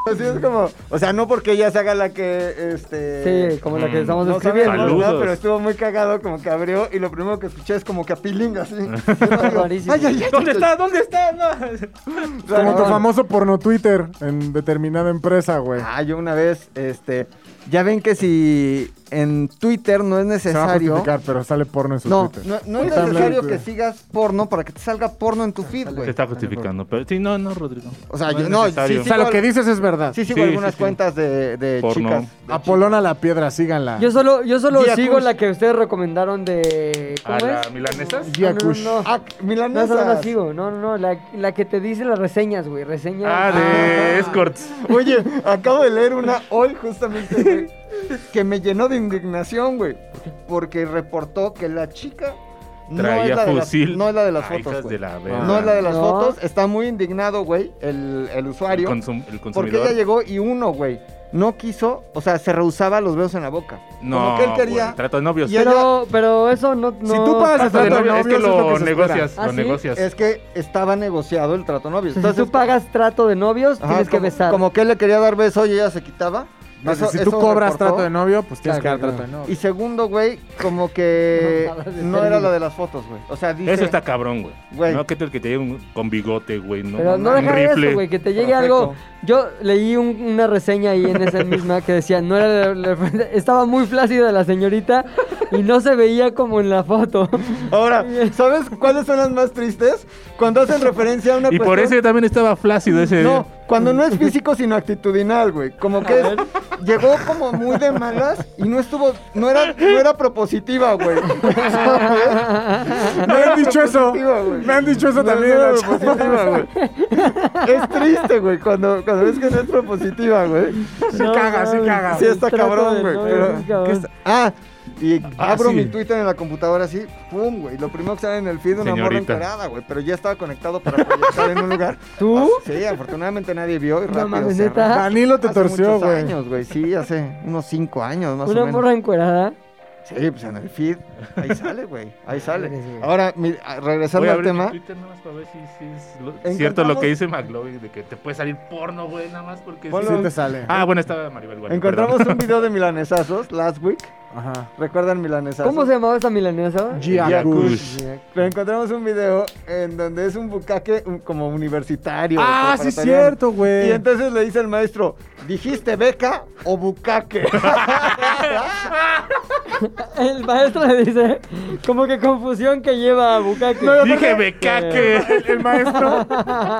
B: Así es como... O sea, no porque ella se haga la que, este...
A: Sí, como la que
C: Mm,
A: estamos
B: no sabe
A: escribiendo.
B: nada,
C: Saludos.
B: pero estuvo muy cagado, como que abrió y lo primero que escuché es como que a Pilinga, así.
A: Rarísimo.
C: ¿Dónde está? ¿Dónde está? No.
D: Como tu
A: Cabrón.
D: famoso porno Twitter en determinada empresa, güey.
B: Ah, yo una vez, este... Ya ven que si en Twitter no es
D: Se va a
B: necesario...
D: justificar, pero sale porno en su
B: No,
D: Twitter.
B: no, no es
D: Está
B: necesario
D: blanco.
B: que sigas porno para que te salga porno en tu feed,
C: Se
B: güey.
C: está justificando, pero sí, no, no, Rodrigo.
B: O sea,
C: No
B: yo
C: es
B: no,
C: necesario.
B: sí,
D: O
B: sí,
D: sea, lo que dices es verdad.
B: Sí sigo
C: Sí,
B: algunas
C: sí, sí.
B: cuentas de, de
C: Porno.
B: chicas.
D: Apolona la piedra, síganla.
A: Yo solo, yo solo
B: Día
A: sigo
B: Cruz.
A: la que ustedes recomendaron de. ¿Cómo
C: ¿A la
A: es?
C: milanesas?
A: No, no,
D: Yakush.
A: no, no.
B: Ah,
A: No,
B: milanesas.
A: esa no la sigo, no, no, no, la, la que te dice las reseñas, güey, reseñas.
C: Ah, de escorts.
B: Oye, acabo de leer una hoy justamente güey, que me llenó de indignación, güey, porque reportó que la chica no,
C: Traía
B: es la de las-
C: fusil.
B: no es la de las
C: Ah,
B: fotos,
C: hijas
B: güey.
C: de la verga.
B: no es la de las
A: No.
B: fotos, está muy indignado, güey, el, el
C: el,
B: usuario,
C: consum- el
B: porque ella
C: consumidor.
B: llegó y uno, güey, no quiso, o sea, se rehusaba los besos en la boca.
C: no,
B: Como que él quería...
C: güey, trato de novios.
B: Y él-
A: Pero, pero eso no, no.
D: Si tú pagas el
C: Trato de
D: trato de
C: novios, es que
D: novios, es
C: lo
D: lo que se
C: negocias,
A: espera.
C: lo
A: ¿Ah, sí?
C: negocias.
B: Es que estaba negociado el trato novio.
A: o sea, si tú pagas trato de novios,
B: Ajá,
A: tienes que
B: como-
A: besar.
B: Como que él le quería dar beso y ella se quitaba.
D: No sé,
B: Eso-
D: si tú
B: eso
D: cobras
B: reportó.
D: trato de novio, pues tienes
A: Claro,
D: que dar
A: claro.
D: trato de novio.
B: Y segundo, güey, como que
A: Mamadas de
B: no era
A: término.
B: la de las fotos, güey. O sea, dice...
C: Eso está cabrón, güey.
B: Güey.
C: No, que tal que te llegue un, con bigote, güey. No,
A: pero no
C: Un
A: dejar eso,
C: rifle.
A: güey, que te llegue
B: Perfecto.
A: algo. Yo leí un- una reseña ahí en esa misma que decía, no era la- la- estaba muy flácida la señorita y no se veía como en la foto.
B: Ahora, ¿sabes cuáles son las más tristes? Cuando hacen referencia a una
C: Y por eso
B: cuestión-
C: yo también estaba flácido
D: eh,
C: ese.
B: No, cuando no es físico, sino actitudinal, güey. Como que es- llegó como muy de malas y no estuvo... No era, no era propositiva, güey.
D: Me han dicho eso.
B: Positiva, güey.
D: Me han dicho eso
B: No,
D: también.
B: no,
D: la
B: no,
D: chava.
B: propositiva, güey. Es triste, güey, cuando, cuando ves que no es propositiva, güey.
D: Sí caga, sí caga.
B: Sí está
A: Trato de
B: cabrón, güey.
A: novios,
B: pero-
A: sí, cabrón.
B: ¿qué está? Ah, y
C: Ah,
B: abro
C: sí.
B: mi Twitter en la computadora así, pum, güey. Lo primero que sale en el feed una morra
C: Señorita.
B: encuerada, güey. Pero ya estaba conectado para proyectar en un lugar.
A: ¿Tú?
B: Sí, afortunadamente nadie vio y rápido.
A: mames,
B: cerré.
A: ¿neta?
D: Danilo te
B: Hace
D: torció,
B: muchos
D: güey.
B: años, güey. Sí, hace unos cinco años más o
A: Una
B: menos.
A: morra encuerada.
B: Sí, pues en el feed. Ahí sale, güey. Ahí
A: Madres,
B: sale.
A: güey.
B: Ahora, mi- a- regresando al tema.
C: Twitter nada más para ver si, si es lo-
B: Encontramos-
C: cierto lo que dice McLovin, de que te puede salir porno, güey, nada más porque...
B: Ponlo-
D: Sí te sale.
C: Ah, bueno, estaba Maribel. Guardia,
B: encontramos
C: perdón.
B: un video de milanesazos last week.
D: Ajá.
B: ¿Recuerdan milanesazos?
A: ¿Cómo se llamaba esa milanesa?
D: Giacush.
B: Pero encontramos un video en donde es un bucaque un- como universitario.
D: Ah,
B: como
D: sí,
B: pretoriano.
D: cierto, güey.
B: Y entonces le dice al maestro, ¿dijiste beca o bucaque?
A: El maestro le dice, como que confusión que lleva a Bukake.
C: Dije becaque.
D: El, el maestro,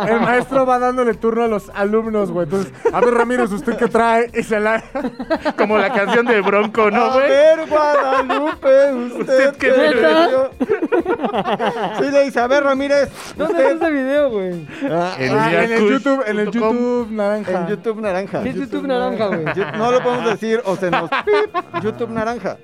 D: el maestro va dándole turno a los alumnos, güey. Entonces, a ver, Ramírez, ¿usted qué trae? Y se la.
C: Como la canción de Bronco, ¿no,
B: a
C: güey?
B: ver, Guadalupe, usted
C: ¿Usted
B: qué
C: qué
A: beca?
B: Sí, le dice, a ver, Ramírez,
A: ¿Dónde es
B: usted...
A: ese video, güey?
B: Ah,
C: El
D: Ah, en el
C: Yakush
D: YouTube, en el
C: punto com.
D: YouTube naranja.
B: en Ah, YouTube Naranja.
A: Sí, es YouTube naranja, güey.
B: Yo- No lo podemos decir, o se nos... pip, YouTube Naranja.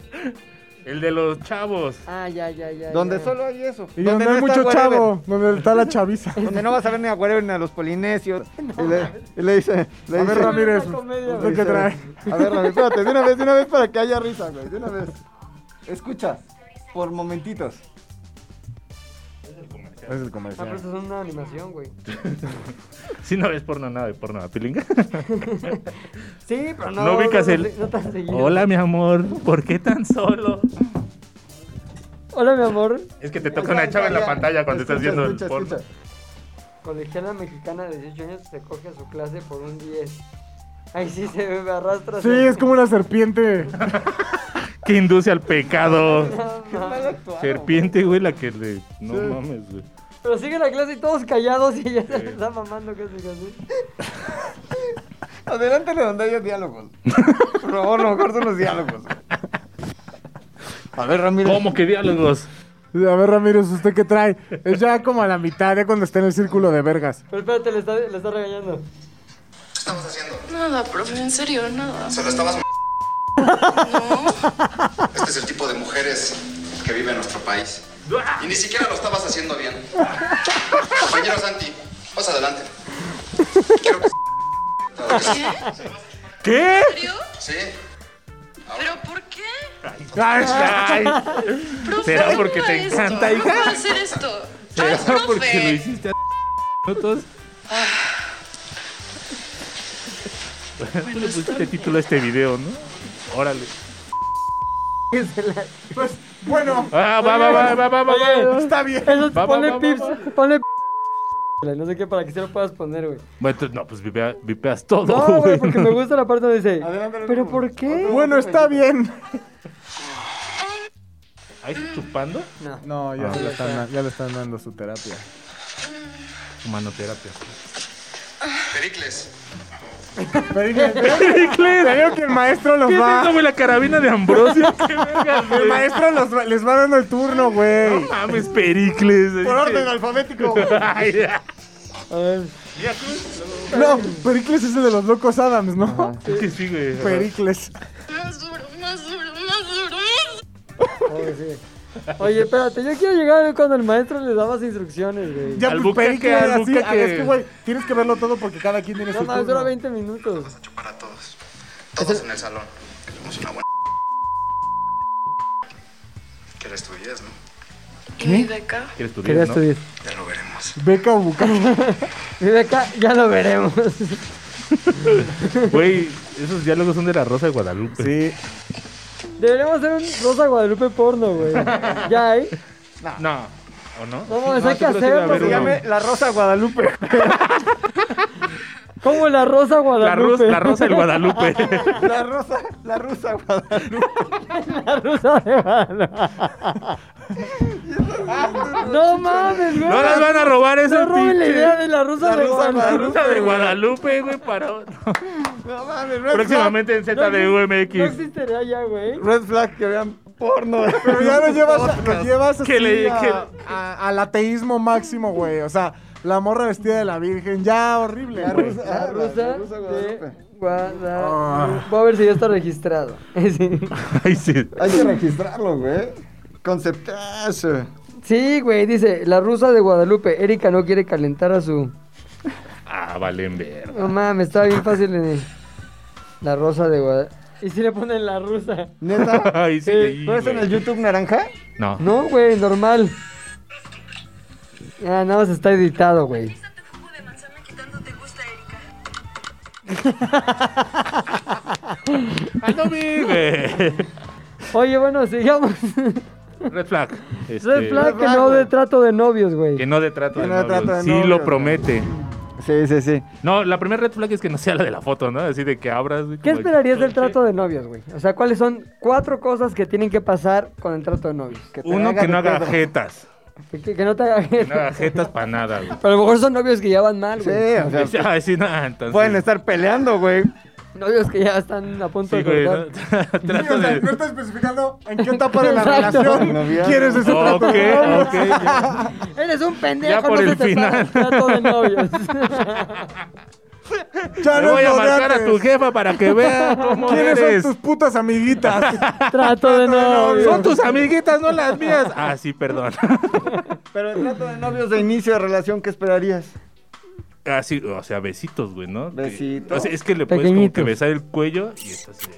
C: El de los chavos.
A: Ah, ya, ya, ya.
B: Donde
A: ya.
B: solo hay eso.
D: Y donde hay
B: está
D: mucho
B: whatever.
D: chavo, donde está la chaviza.
B: Donde no vas a ver ni a Wherever ni a los polinesios. Y le, y le dice, le
D: A ver,
B: dice-
D: Ramírez,
A: Una comedia,
B: le
D: ¿usted qué
B: dice,
D: trae?
B: A ver, Ramírez, espérate, de una vez, de una vez para que haya risa, güey, de una vez. Escucha, por momentitos.
D: Es el
A: Ah, pero
D: comercial.
A: eso es una animación, güey.
C: Si no ves porno, nada de porno, ¿a pilinga?
A: Sí, pero no.
C: No ubicas el...
A: No tan seguido.
C: Hola, mi amor, ¿por qué tan solo?
A: Hola, mi amor.
C: Es que te toca una chava en la pantalla cuando estás viendo el porno.
A: Colegiala mexicana de 18 años se coge a su clase por un 10. Ahí sí se me arrastra.
D: Sí, es como una serpiente.
C: Que induce al pecado.
A: No, no.
C: Serpiente, güey, la que le... No mames, güey.
A: Pero sigue la clase y todos callados y ella se está mamando casi casi.
B: Adelántale donde haya diálogos. Por favor, lo mejor son los diálogos. A ver, Ramírez.
C: ¿Cómo que diálogos?
D: A ver, Ramírez, ¿usted qué trae? Es ya como a la mitad, ya cuando está en el círculo de vergas.
A: Pero espérate, le está, le está regañando.
E: estamos haciendo?
F: Nada, profe, en serio, nada.
E: ¿Se lo estabas m- Este es el tipo de mujeres que vive en nuestro país. Y ni siquiera lo estabas haciendo bien. Compañero Santi, vas adelante. Quiero que
F: ¿Qué?
C: ¿Qué?
F: ¿En serio?
E: sí.
F: ¿Pero por qué?
C: Ay, ay.
F: Profe,
C: ¿Será
F: no
C: porque te
F: haga esto,
C: encanta,
F: no
C: hija?
F: puedo hacer esto?
C: ¿Será
F: Ay,
C: porque lo
F: profe.
C: hiciste a minutos? Tú le pusiste título a este video, ¿no? Órale.
D: Pues, bueno,
C: Ah, va, va, va, va, va, va. va.
D: está bien.
A: Eso,
C: Va, va,
A: ponle
C: va, va,
A: pips,
C: va.
A: ponle p- No sé qué para que se lo puedas poner, güey.
C: Bueno, entonces, no, pues vipea- vipeas todo,
A: No, güey,
C: güey.
A: porque me gusta la parte donde dice.
B: Adelántale
A: ¿Pero
B: como-
A: por qué?
D: Bueno, está bien.
C: ¿Ahí está chupando?
A: No.
D: No, ya, se lo están, da- ya le están dando su terapia.
C: Humanoterapia.
E: Pericles.
D: Pero dije, Te digo que el maestro los
C: ¿Qué es
D: va.
C: eso, güey? La carabina de Ambrosio. Qué verga,
D: El
C: güey.
D: maestro los va- les va dando el turno,
C: No
D: güey.
C: mames, Pericles. eh.
B: Por orden alfabético.
C: Ay, ya.
A: A ver.
D: No, Pericles es el de los locos Adams, ¿no?
C: Es que sí, güey.
D: Pericles.
F: Más duro, más duro, más duro, más duro.
A: Oye, sí. Oye, espérate, yo quiero llegar cuando el maestro le daba las instrucciones, güey.
D: Ya,
C: Al
D: pues,
C: bucaque,
D: Pericles,
C: al
D: así. Ah,
C: bucaque.
D: Es que, güey, tienes que verlo todo porque cada quien tiene
A: No
D: su
A: mames, dura
D: turno.
A: 20 minutos.
E: Vamos a chupar a todos. Todos en el salón. Tenemos una buena. Que eres tu diez, ¿no?
F: ¿Y mi beca?
C: ¿Quieres tu
A: Quería
C: diez, no?
A: estudiar.
E: Ya lo veremos.
D: Beca o bucaque.
A: Vive acá, ya lo veremos.
C: Güey, esos diálogos son de la Rosa de Guadalupe.
D: Sí.
A: Deberíamos hacer un Rosa Guadalupe porno, güey. Ya, ¿eh?
C: No. ¿O no?
A: No mames, hay que
C: seguro sí debe
A: hacerlo,
C: haber
B: Se
A: güey.
C: uno.
B: llame La Rosa Guadalupe.
A: Como la Rosa
C: La, Ros-
A: Guadalupe.
C: la Rosa del Guadalupe.
B: La Rosa, la Rusa Guadalupe.
A: La Rosa de Guadalupe. No mames, güey.
C: no las van a robar esa
A: No roben la
C: pinche-
A: idea de la Rosa
B: La
A: de
B: Rosa
C: La
A: Guadalupe.
C: Rosa de Guadalupe, güey, para otro.
B: No mames, Red
C: Próximamente en
A: No
C: ZDUMX.
A: No existiría ya, güey.
B: Flag. Red Flag, que vean porno.
D: Pero ya lo llevas, a- lo llevas así
C: Que le-
D: a-
C: que-
D: a- al ateísmo máximo, güey. O sea, la morra vestida de la virgen. Ya, horrible,
B: La
D: güey.
B: rusa.
A: La
B: la
A: Rosa
B: Rosa
A: de
B: Guadalupe.
C: Ah.
A: Guadalupe. Voy a ver si ya está registrado. Sí.
C: Ay, sí.
B: Hay que registrarlo, güey. Conceptazo.
A: Sí, güey, dice, la rusa de Guadalupe, Erika no quiere calentar a su...
C: Ah, valen ver.
A: No mames, estaba bien fácil en el- La rosa de Guadalupe. Y si le ponen la rusa.
B: ¿Neta?
C: Ay, sí,
B: Sí, ¿Tú ves en
C: güey.
B: el YouTube naranja?
C: No.
A: No, güey, normal. Ya, nada más está editado, güey.
F: Quítate jugo de manzana que tanto te gusta, Erika.
C: Ah, no vi, güey.
A: Oye, bueno, sigamos.
C: Red flag. Este,
A: Red flag que
B: flag,
A: no
B: güey.
A: de trato de novios,
C: Que
A: güey.
C: no de trato
B: Que
C: de
B: no de
C: novios.
B: trato de
C: Sí
B: novios,
C: lo
B: güey.
C: promete.
B: Sí, sí, sí.
C: No, la primera red flag es que no sea la de la foto, ¿no? Así de que abras. güey,
A: ¿Qué
C: como-
A: esperarías del trato de novios, güey? O sea, ¿cuáles son cuatro cosas que tienen que pasar con el trato de novios?
B: Que te
C: Uno
B: haga
C: que no
B: de
C: haga
B: pedo.
C: jetas.
A: Que, que- que no te hagan...
C: Que no haga jetas para nada, güey.
A: Pero a lo mejor son novios que ya van mal,
B: Sí,
A: güey.
B: o sea,
C: Dice, "Ay, sí, no, entonces-
B: pueden estar peleando, güey.
A: Novios que ya están a punto
C: Sí,
A: de
C: güey.
A: cortar.
C: ¿no? Trato
D: o sea,
C: de.
D: no está especificando en qué etapa de la
A: Exacto.
D: relación
B: Noviazgo.
D: quieres ese trato.
C: Ok, ok. ya.
A: Eres un pendejo,
C: Ya por
A: no
C: el
A: se te para el
C: final.
A: trato de novios.
D: Ya
C: Te
D: no
C: voy
D: es
C: a
D: lo de
C: marcar a
D: antes.
C: tu jefa para que vea cómo
D: ¿Quiénes
C: eres.
D: son tus putas amiguitas?
A: trato de novios.
C: Son tus amiguitas, no las mías. Ah, sí, perdón.
B: Pero el trato de novios de inicio de relación, ¿qué esperarías?
C: Así, Ah, o sea, besitos, güey, ¿no? Que-
B: Besito.
C: o sea, es que le puedes como que
A: Pequeñitos.
C: besar el cuello y estás. eh,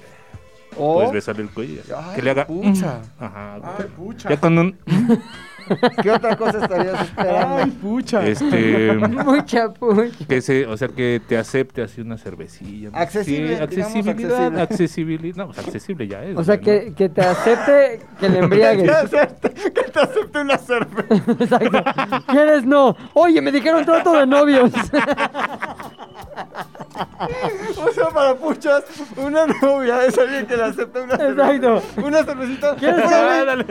B: O-
C: Puedes besarle el cuello. y así,
B: Ay,
C: que le haga.
B: pucha.
C: "Mm". Ajá, güey.
D: Ay, pucha.
C: Ya con un.
B: ¿Qué otra cosa estarías esperando?
D: Ay, pucha.
C: Este.
A: Mucha pucha.
C: que se, o sea, que te acepte así una cervecilla. ¿no?
B: Accesible,
C: Sí,
B: digamos,
C: accesibilidad.
B: accesible.
C: Accesibilidad. No, pues accesible ya es.
A: O sea,
C: güey, ¿no?
A: que, que te acepte que le embriagues.
B: que te acepte una cerveza.
A: Exacto. ¿Quieres no? Oye, me dijeron trato de novios.
B: O sea, para puchas, una novia es alguien que le acepta una cerveza.
A: Exacto.
B: Una cervecita.
A: ¿Quieres,
C: Ah,
A: caguama?
C: dale.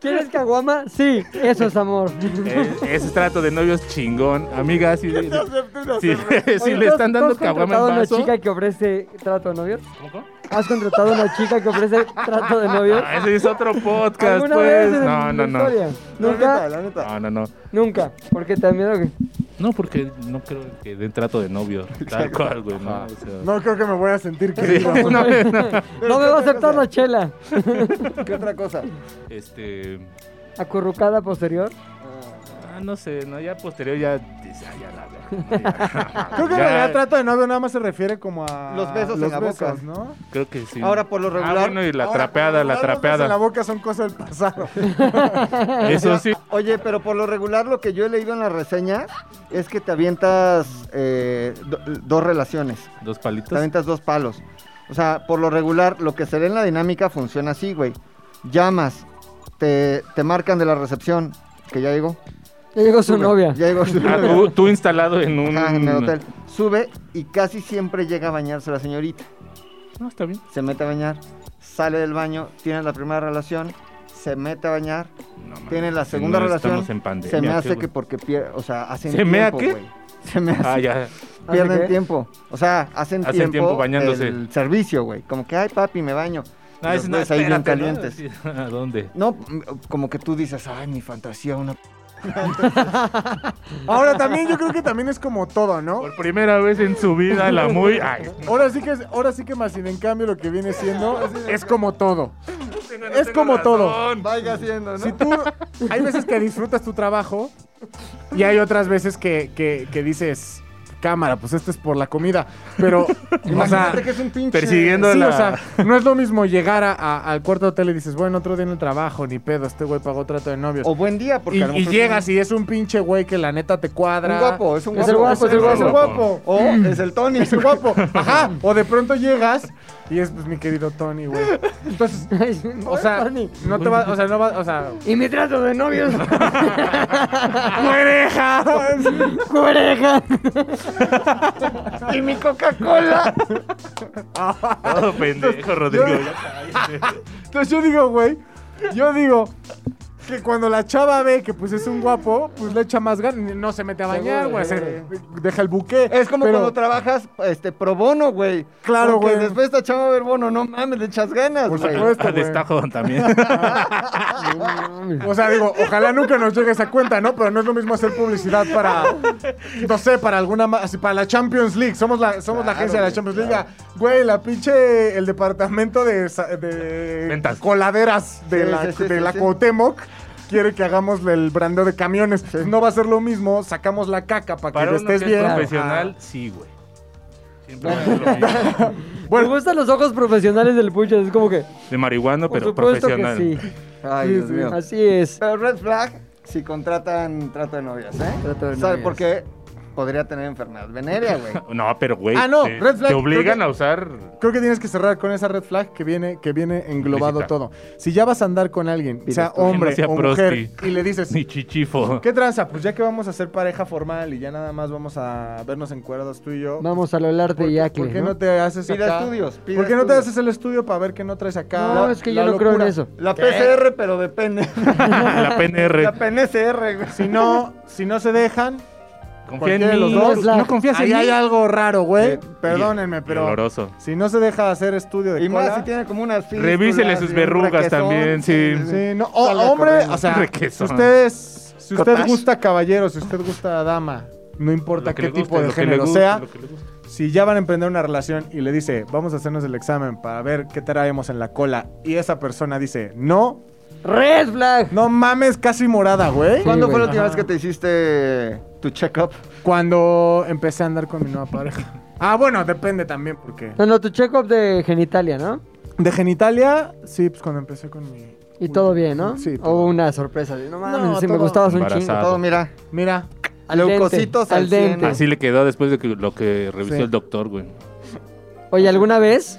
A: ¿Quieres caguama? Sí, eso es amor.
C: Eh, ese trato de novios chingón. Amiga, si,
B: te acepte una
C: si-
B: cerveza.
C: si
A: Oye,
C: le
A: ¿tú has-
C: están
A: tú
C: dando
A: has
C: caguama
A: contratado
C: en
A: a una
C: vaso.
A: chica que ofrece trato de novios?
C: ¿Cómo?
A: ¿Has contratado a una chica que ofrece trato de novios?
C: Ah, ese es otro podcast,
A: ¿Alguna vez
C: pues.
A: en
C: No, no,
A: la
C: no.
A: historia?
B: La neta,
A: Nunca,
B: Ah, la neta.
C: No, no, no.
A: nunca. Porque te da miedo que...
C: No, porque no creo que den trato de novio. Tal cual, güey. No, o sea.
D: No creo que me voy a sentir querido.
C: No,
A: No me va a aceptar la chela.
B: ¿Qué otra cosa?
C: Este.
A: Acurrucada posterior.
C: Ah, no sé, no, ya posterior ya. dices, "Ay, ya la verga, ya".
D: Creo que en
C: Ya,
D: realidad trato de novio nada más se refiere como a...
B: Los besos en la boca.
D: ¿no?
C: Creo que sí.
B: Ahora, por lo regular-
C: Ah, bueno, y la
D: Ahora,
C: trapeada, la
D: los besos en la
C: trapeada.
D: boca son cosas del pasado.
C: Eso sí.
B: Oye, pero por lo regular lo que yo he leído en la reseña es que te avientas eh, do- dos relaciones.
C: Dos
B: Te
C: palitos.
B: aventas dos palos. O sea, por lo regular, lo que se ve en la dinámica funciona así, güey. Llamas, te, te marcan de la recepción, que ya llegó.
A: Ya llegó su
B: Sube,
A: novia.
B: Ya llegó su
C: Ah,
B: novia.
C: tú, tú instalado en un.
B: Ajá, en el hotel. Sube y casi siempre llega a bañarse la señorita.
C: No, está bien.
B: Se mete a bañar, sale del baño, tiene la primera relación, se mete a bañar,
C: No, mames,
B: tiene la
C: si
B: segunda
C: no
B: relación.
C: Estamos en pandemia.
B: se me
C: ¿qué,
B: hace
C: güey?
B: que porque pier- o sea, hacen
C: ¿Se mea
B: tiempo,
C: qué?
B: güey. Se me hace
C: Ah, ya.
B: pierden
A: qué?
B: tiempo. O sea, hacen,
C: Hacen tiempo bañándose.
B: El servicio, güey. Como que, ay, papi, me baño.
C: No,
B: Y
C: es
B: los
C: no,
B: ves ahí bien
C: espérate, ¿no?
B: calientes.
C: Sí, ¿A dónde?
B: No, mm, como que tú dices, ay, mi fantasía, una. p-".
D: Ahora también yo creo que también es como todo, ¿no?
C: Por primera vez en su vida, la muy. Ay,
D: Ahora sí que es- ahora sí que más sin en cambio lo que viene siendo es, es como todo. Es como todo.
B: Vaya siendo, ¿no?
D: Si tú hay veces que disfrutas tu trabajo y hay otras veces que, que- que dices cámara, pues esto es por la comida, pero o sea,
B: Imagínate que es un pinche.
C: Persiguiendo
D: sí,
C: la.
D: o sea, no es lo mismo llegar a- a- al cuarto hotel y dices, bueno, otro día en el trabajo, ni pedo, este güey pagó trato de novios.
B: O buen día, porque
D: y,
B: a lo
D: y
B: mejor
D: llegas y es un pinche güey que la neta te
B: es un
D: cuadra.
B: guapo, es un
A: Es
B: guapo.
A: el guapo, es el guapo.
C: guapo.
B: O es el Tony.
D: Es el guapo. Ajá. O de pronto llegas y es pues mi querido Tony, güey. Entonces, o sea, no te va, o sea, no va, o sea,
A: Y mi trato de novios.
B: Ah,
D: ¡Oreja!
A: ¡Cuereja!
B: Y mi Coca-Cola.
C: Todo pendejo, Rodrigo.
D: Entonces yo digo, güey, yo digo que cuando la chava ve que pues es un guapo, pues le echa más ganas, no se mete a bañar, güey, se- deja el buque.
B: Es como
D: pero-
B: cuando trabajas este, pro bono, güey.
D: Claro,
B: Porque
D: güey.
B: Después esta chava va a ver bono, no mames, le echas ganas,
D: Por
B: güey.
D: supuesto.
C: A Ah, destajo también.
D: O sea, digo, ojalá nunca nos llegue esa cuenta, ¿no? Pero no es lo mismo hacer publicidad para, no sé, para alguna, ma- así, para la Champions League. Somos la, somos la
B: Claro,
D: agencia de la
B: güey,
D: Champions League. Güey, la pinche, el departamento de, sa- de
C: Ventas.
D: coladeras de
B: Sí,
D: la,
B: sí, sí,
D: de
B: sí,
D: la
B: sí.
D: Cuauhtémoc quiere que hagamos el brandeo de camiones. No va a ser lo mismo, sacamos la caca para,
C: Para
D: que
C: uno
D: estés
C: que es
D: bien.
C: profesional, sí, güey.
D: Ah,
C: Siempre voy a hacer lo mismo.
A: Bueno. Me gustan los ojos profesionales del Puchas, es como que.
C: De marihuana,
A: Por
C: pero
A: supuesto
C: profesional.
A: que sí.
B: Ay,
D: Sí,
B: Dios
D: sí.
B: mío.
A: Así es.
B: Pero red flag si contratan trato de novias, ¿eh?
A: Trato de
B: ¿Sabe
A: novias.
B: por qué? Podría tener enfermedad venérea, güey.
C: No, pero güey.
D: Ah, no,
C: te,
D: red flag,
C: te obligan
D: creo que-
C: a usar.
D: Creo que tienes que cerrar con esa red flag que viene, que viene englobado
C: Implícita.
D: todo. Si ya vas a andar con alguien,
A: Diles
D: sea
A: tú.
D: hombre
C: Que no sea
D: o mujer,
C: prosti.
D: y le dices,
C: Ni chichifo.
D: Pues, ¿qué tranza? Pues ya que vamos a ser pareja formal y ya nada más vamos a vernos encuerados tú y yo.
A: Vamos a lo largo
D: ¿Por,
A: de
D: qué-
A: Yacle.
D: por qué
A: ¿no?
D: no, te haces
B: Pida
D: acá?
B: estudios, pida
D: ¿Por qué no te
B: estudios.
D: haces el estudio para ver qué no traes acá?
A: No, es que yo no creo en eso.
B: La PCR, pero de pene.
C: La PNR.
B: La PNCR, güey.
D: Si no, si no se dejan,
C: Confía
D: cualquiera
C: en
D: de los
C: mí.
D: dos.
C: No confías en
D: ahí
C: mí.
D: hay algo raro, güey.
B: Sí.
D: Perdónenme,
C: Y- y
D: pero
C: oloroso.
D: si no se deja hacer estudio de
B: Y más si
D: cola...
B: tiene como unas fístulas
C: Revísele sus
B: y un
C: verrugas
B: braquezón.
C: también, sí.
D: Sí, no, o-
B: Salga
D: hombre,
B: corriendo.
D: o sea,
C: Requesón.
D: si ustedes, si usted
B: Cottage.
D: gusta caballero, si usted gusta dama, no
C: Lo
D: importa
C: que
D: qué
C: le guste,
D: tipo de
C: lo que le
D: género
C: guste,
D: sea,
C: lo que le guste.
D: si ya van a emprender una relación y le dice, vamos a hacernos el examen para ver qué traemos en la cola, y esa persona dice, no,
A: ¡Red flag!
D: no mames, casi morada, güey.
A: Sí.
B: ¿Cuándo fue la
A: güey.
B: última
A: Ajá.
B: vez que te hiciste tu check-up?
D: Cuando empecé a andar con mi nueva pareja. Ah, bueno, depende también, porque...
A: No, no, tu check-up de genitalia, ¿no?
D: De genitalia, sí, pues cuando empecé con mi...
A: Y todo bien, ¿no?
D: Sí, todo
A: Hubo una sorpresa. de, No mames,
D: No,
A: si me
D: todo-
A: gustabas un chingo.
C: Embarazada.
B: Todo, mira.
D: Mira,
A: Al dente,
B: Leucocitos al
A: al dente.
B: cien.
C: Así le quedó después de que lo que revisó
D: Sí.
C: el doctor, güey.
A: Oye, ¿alguna vez?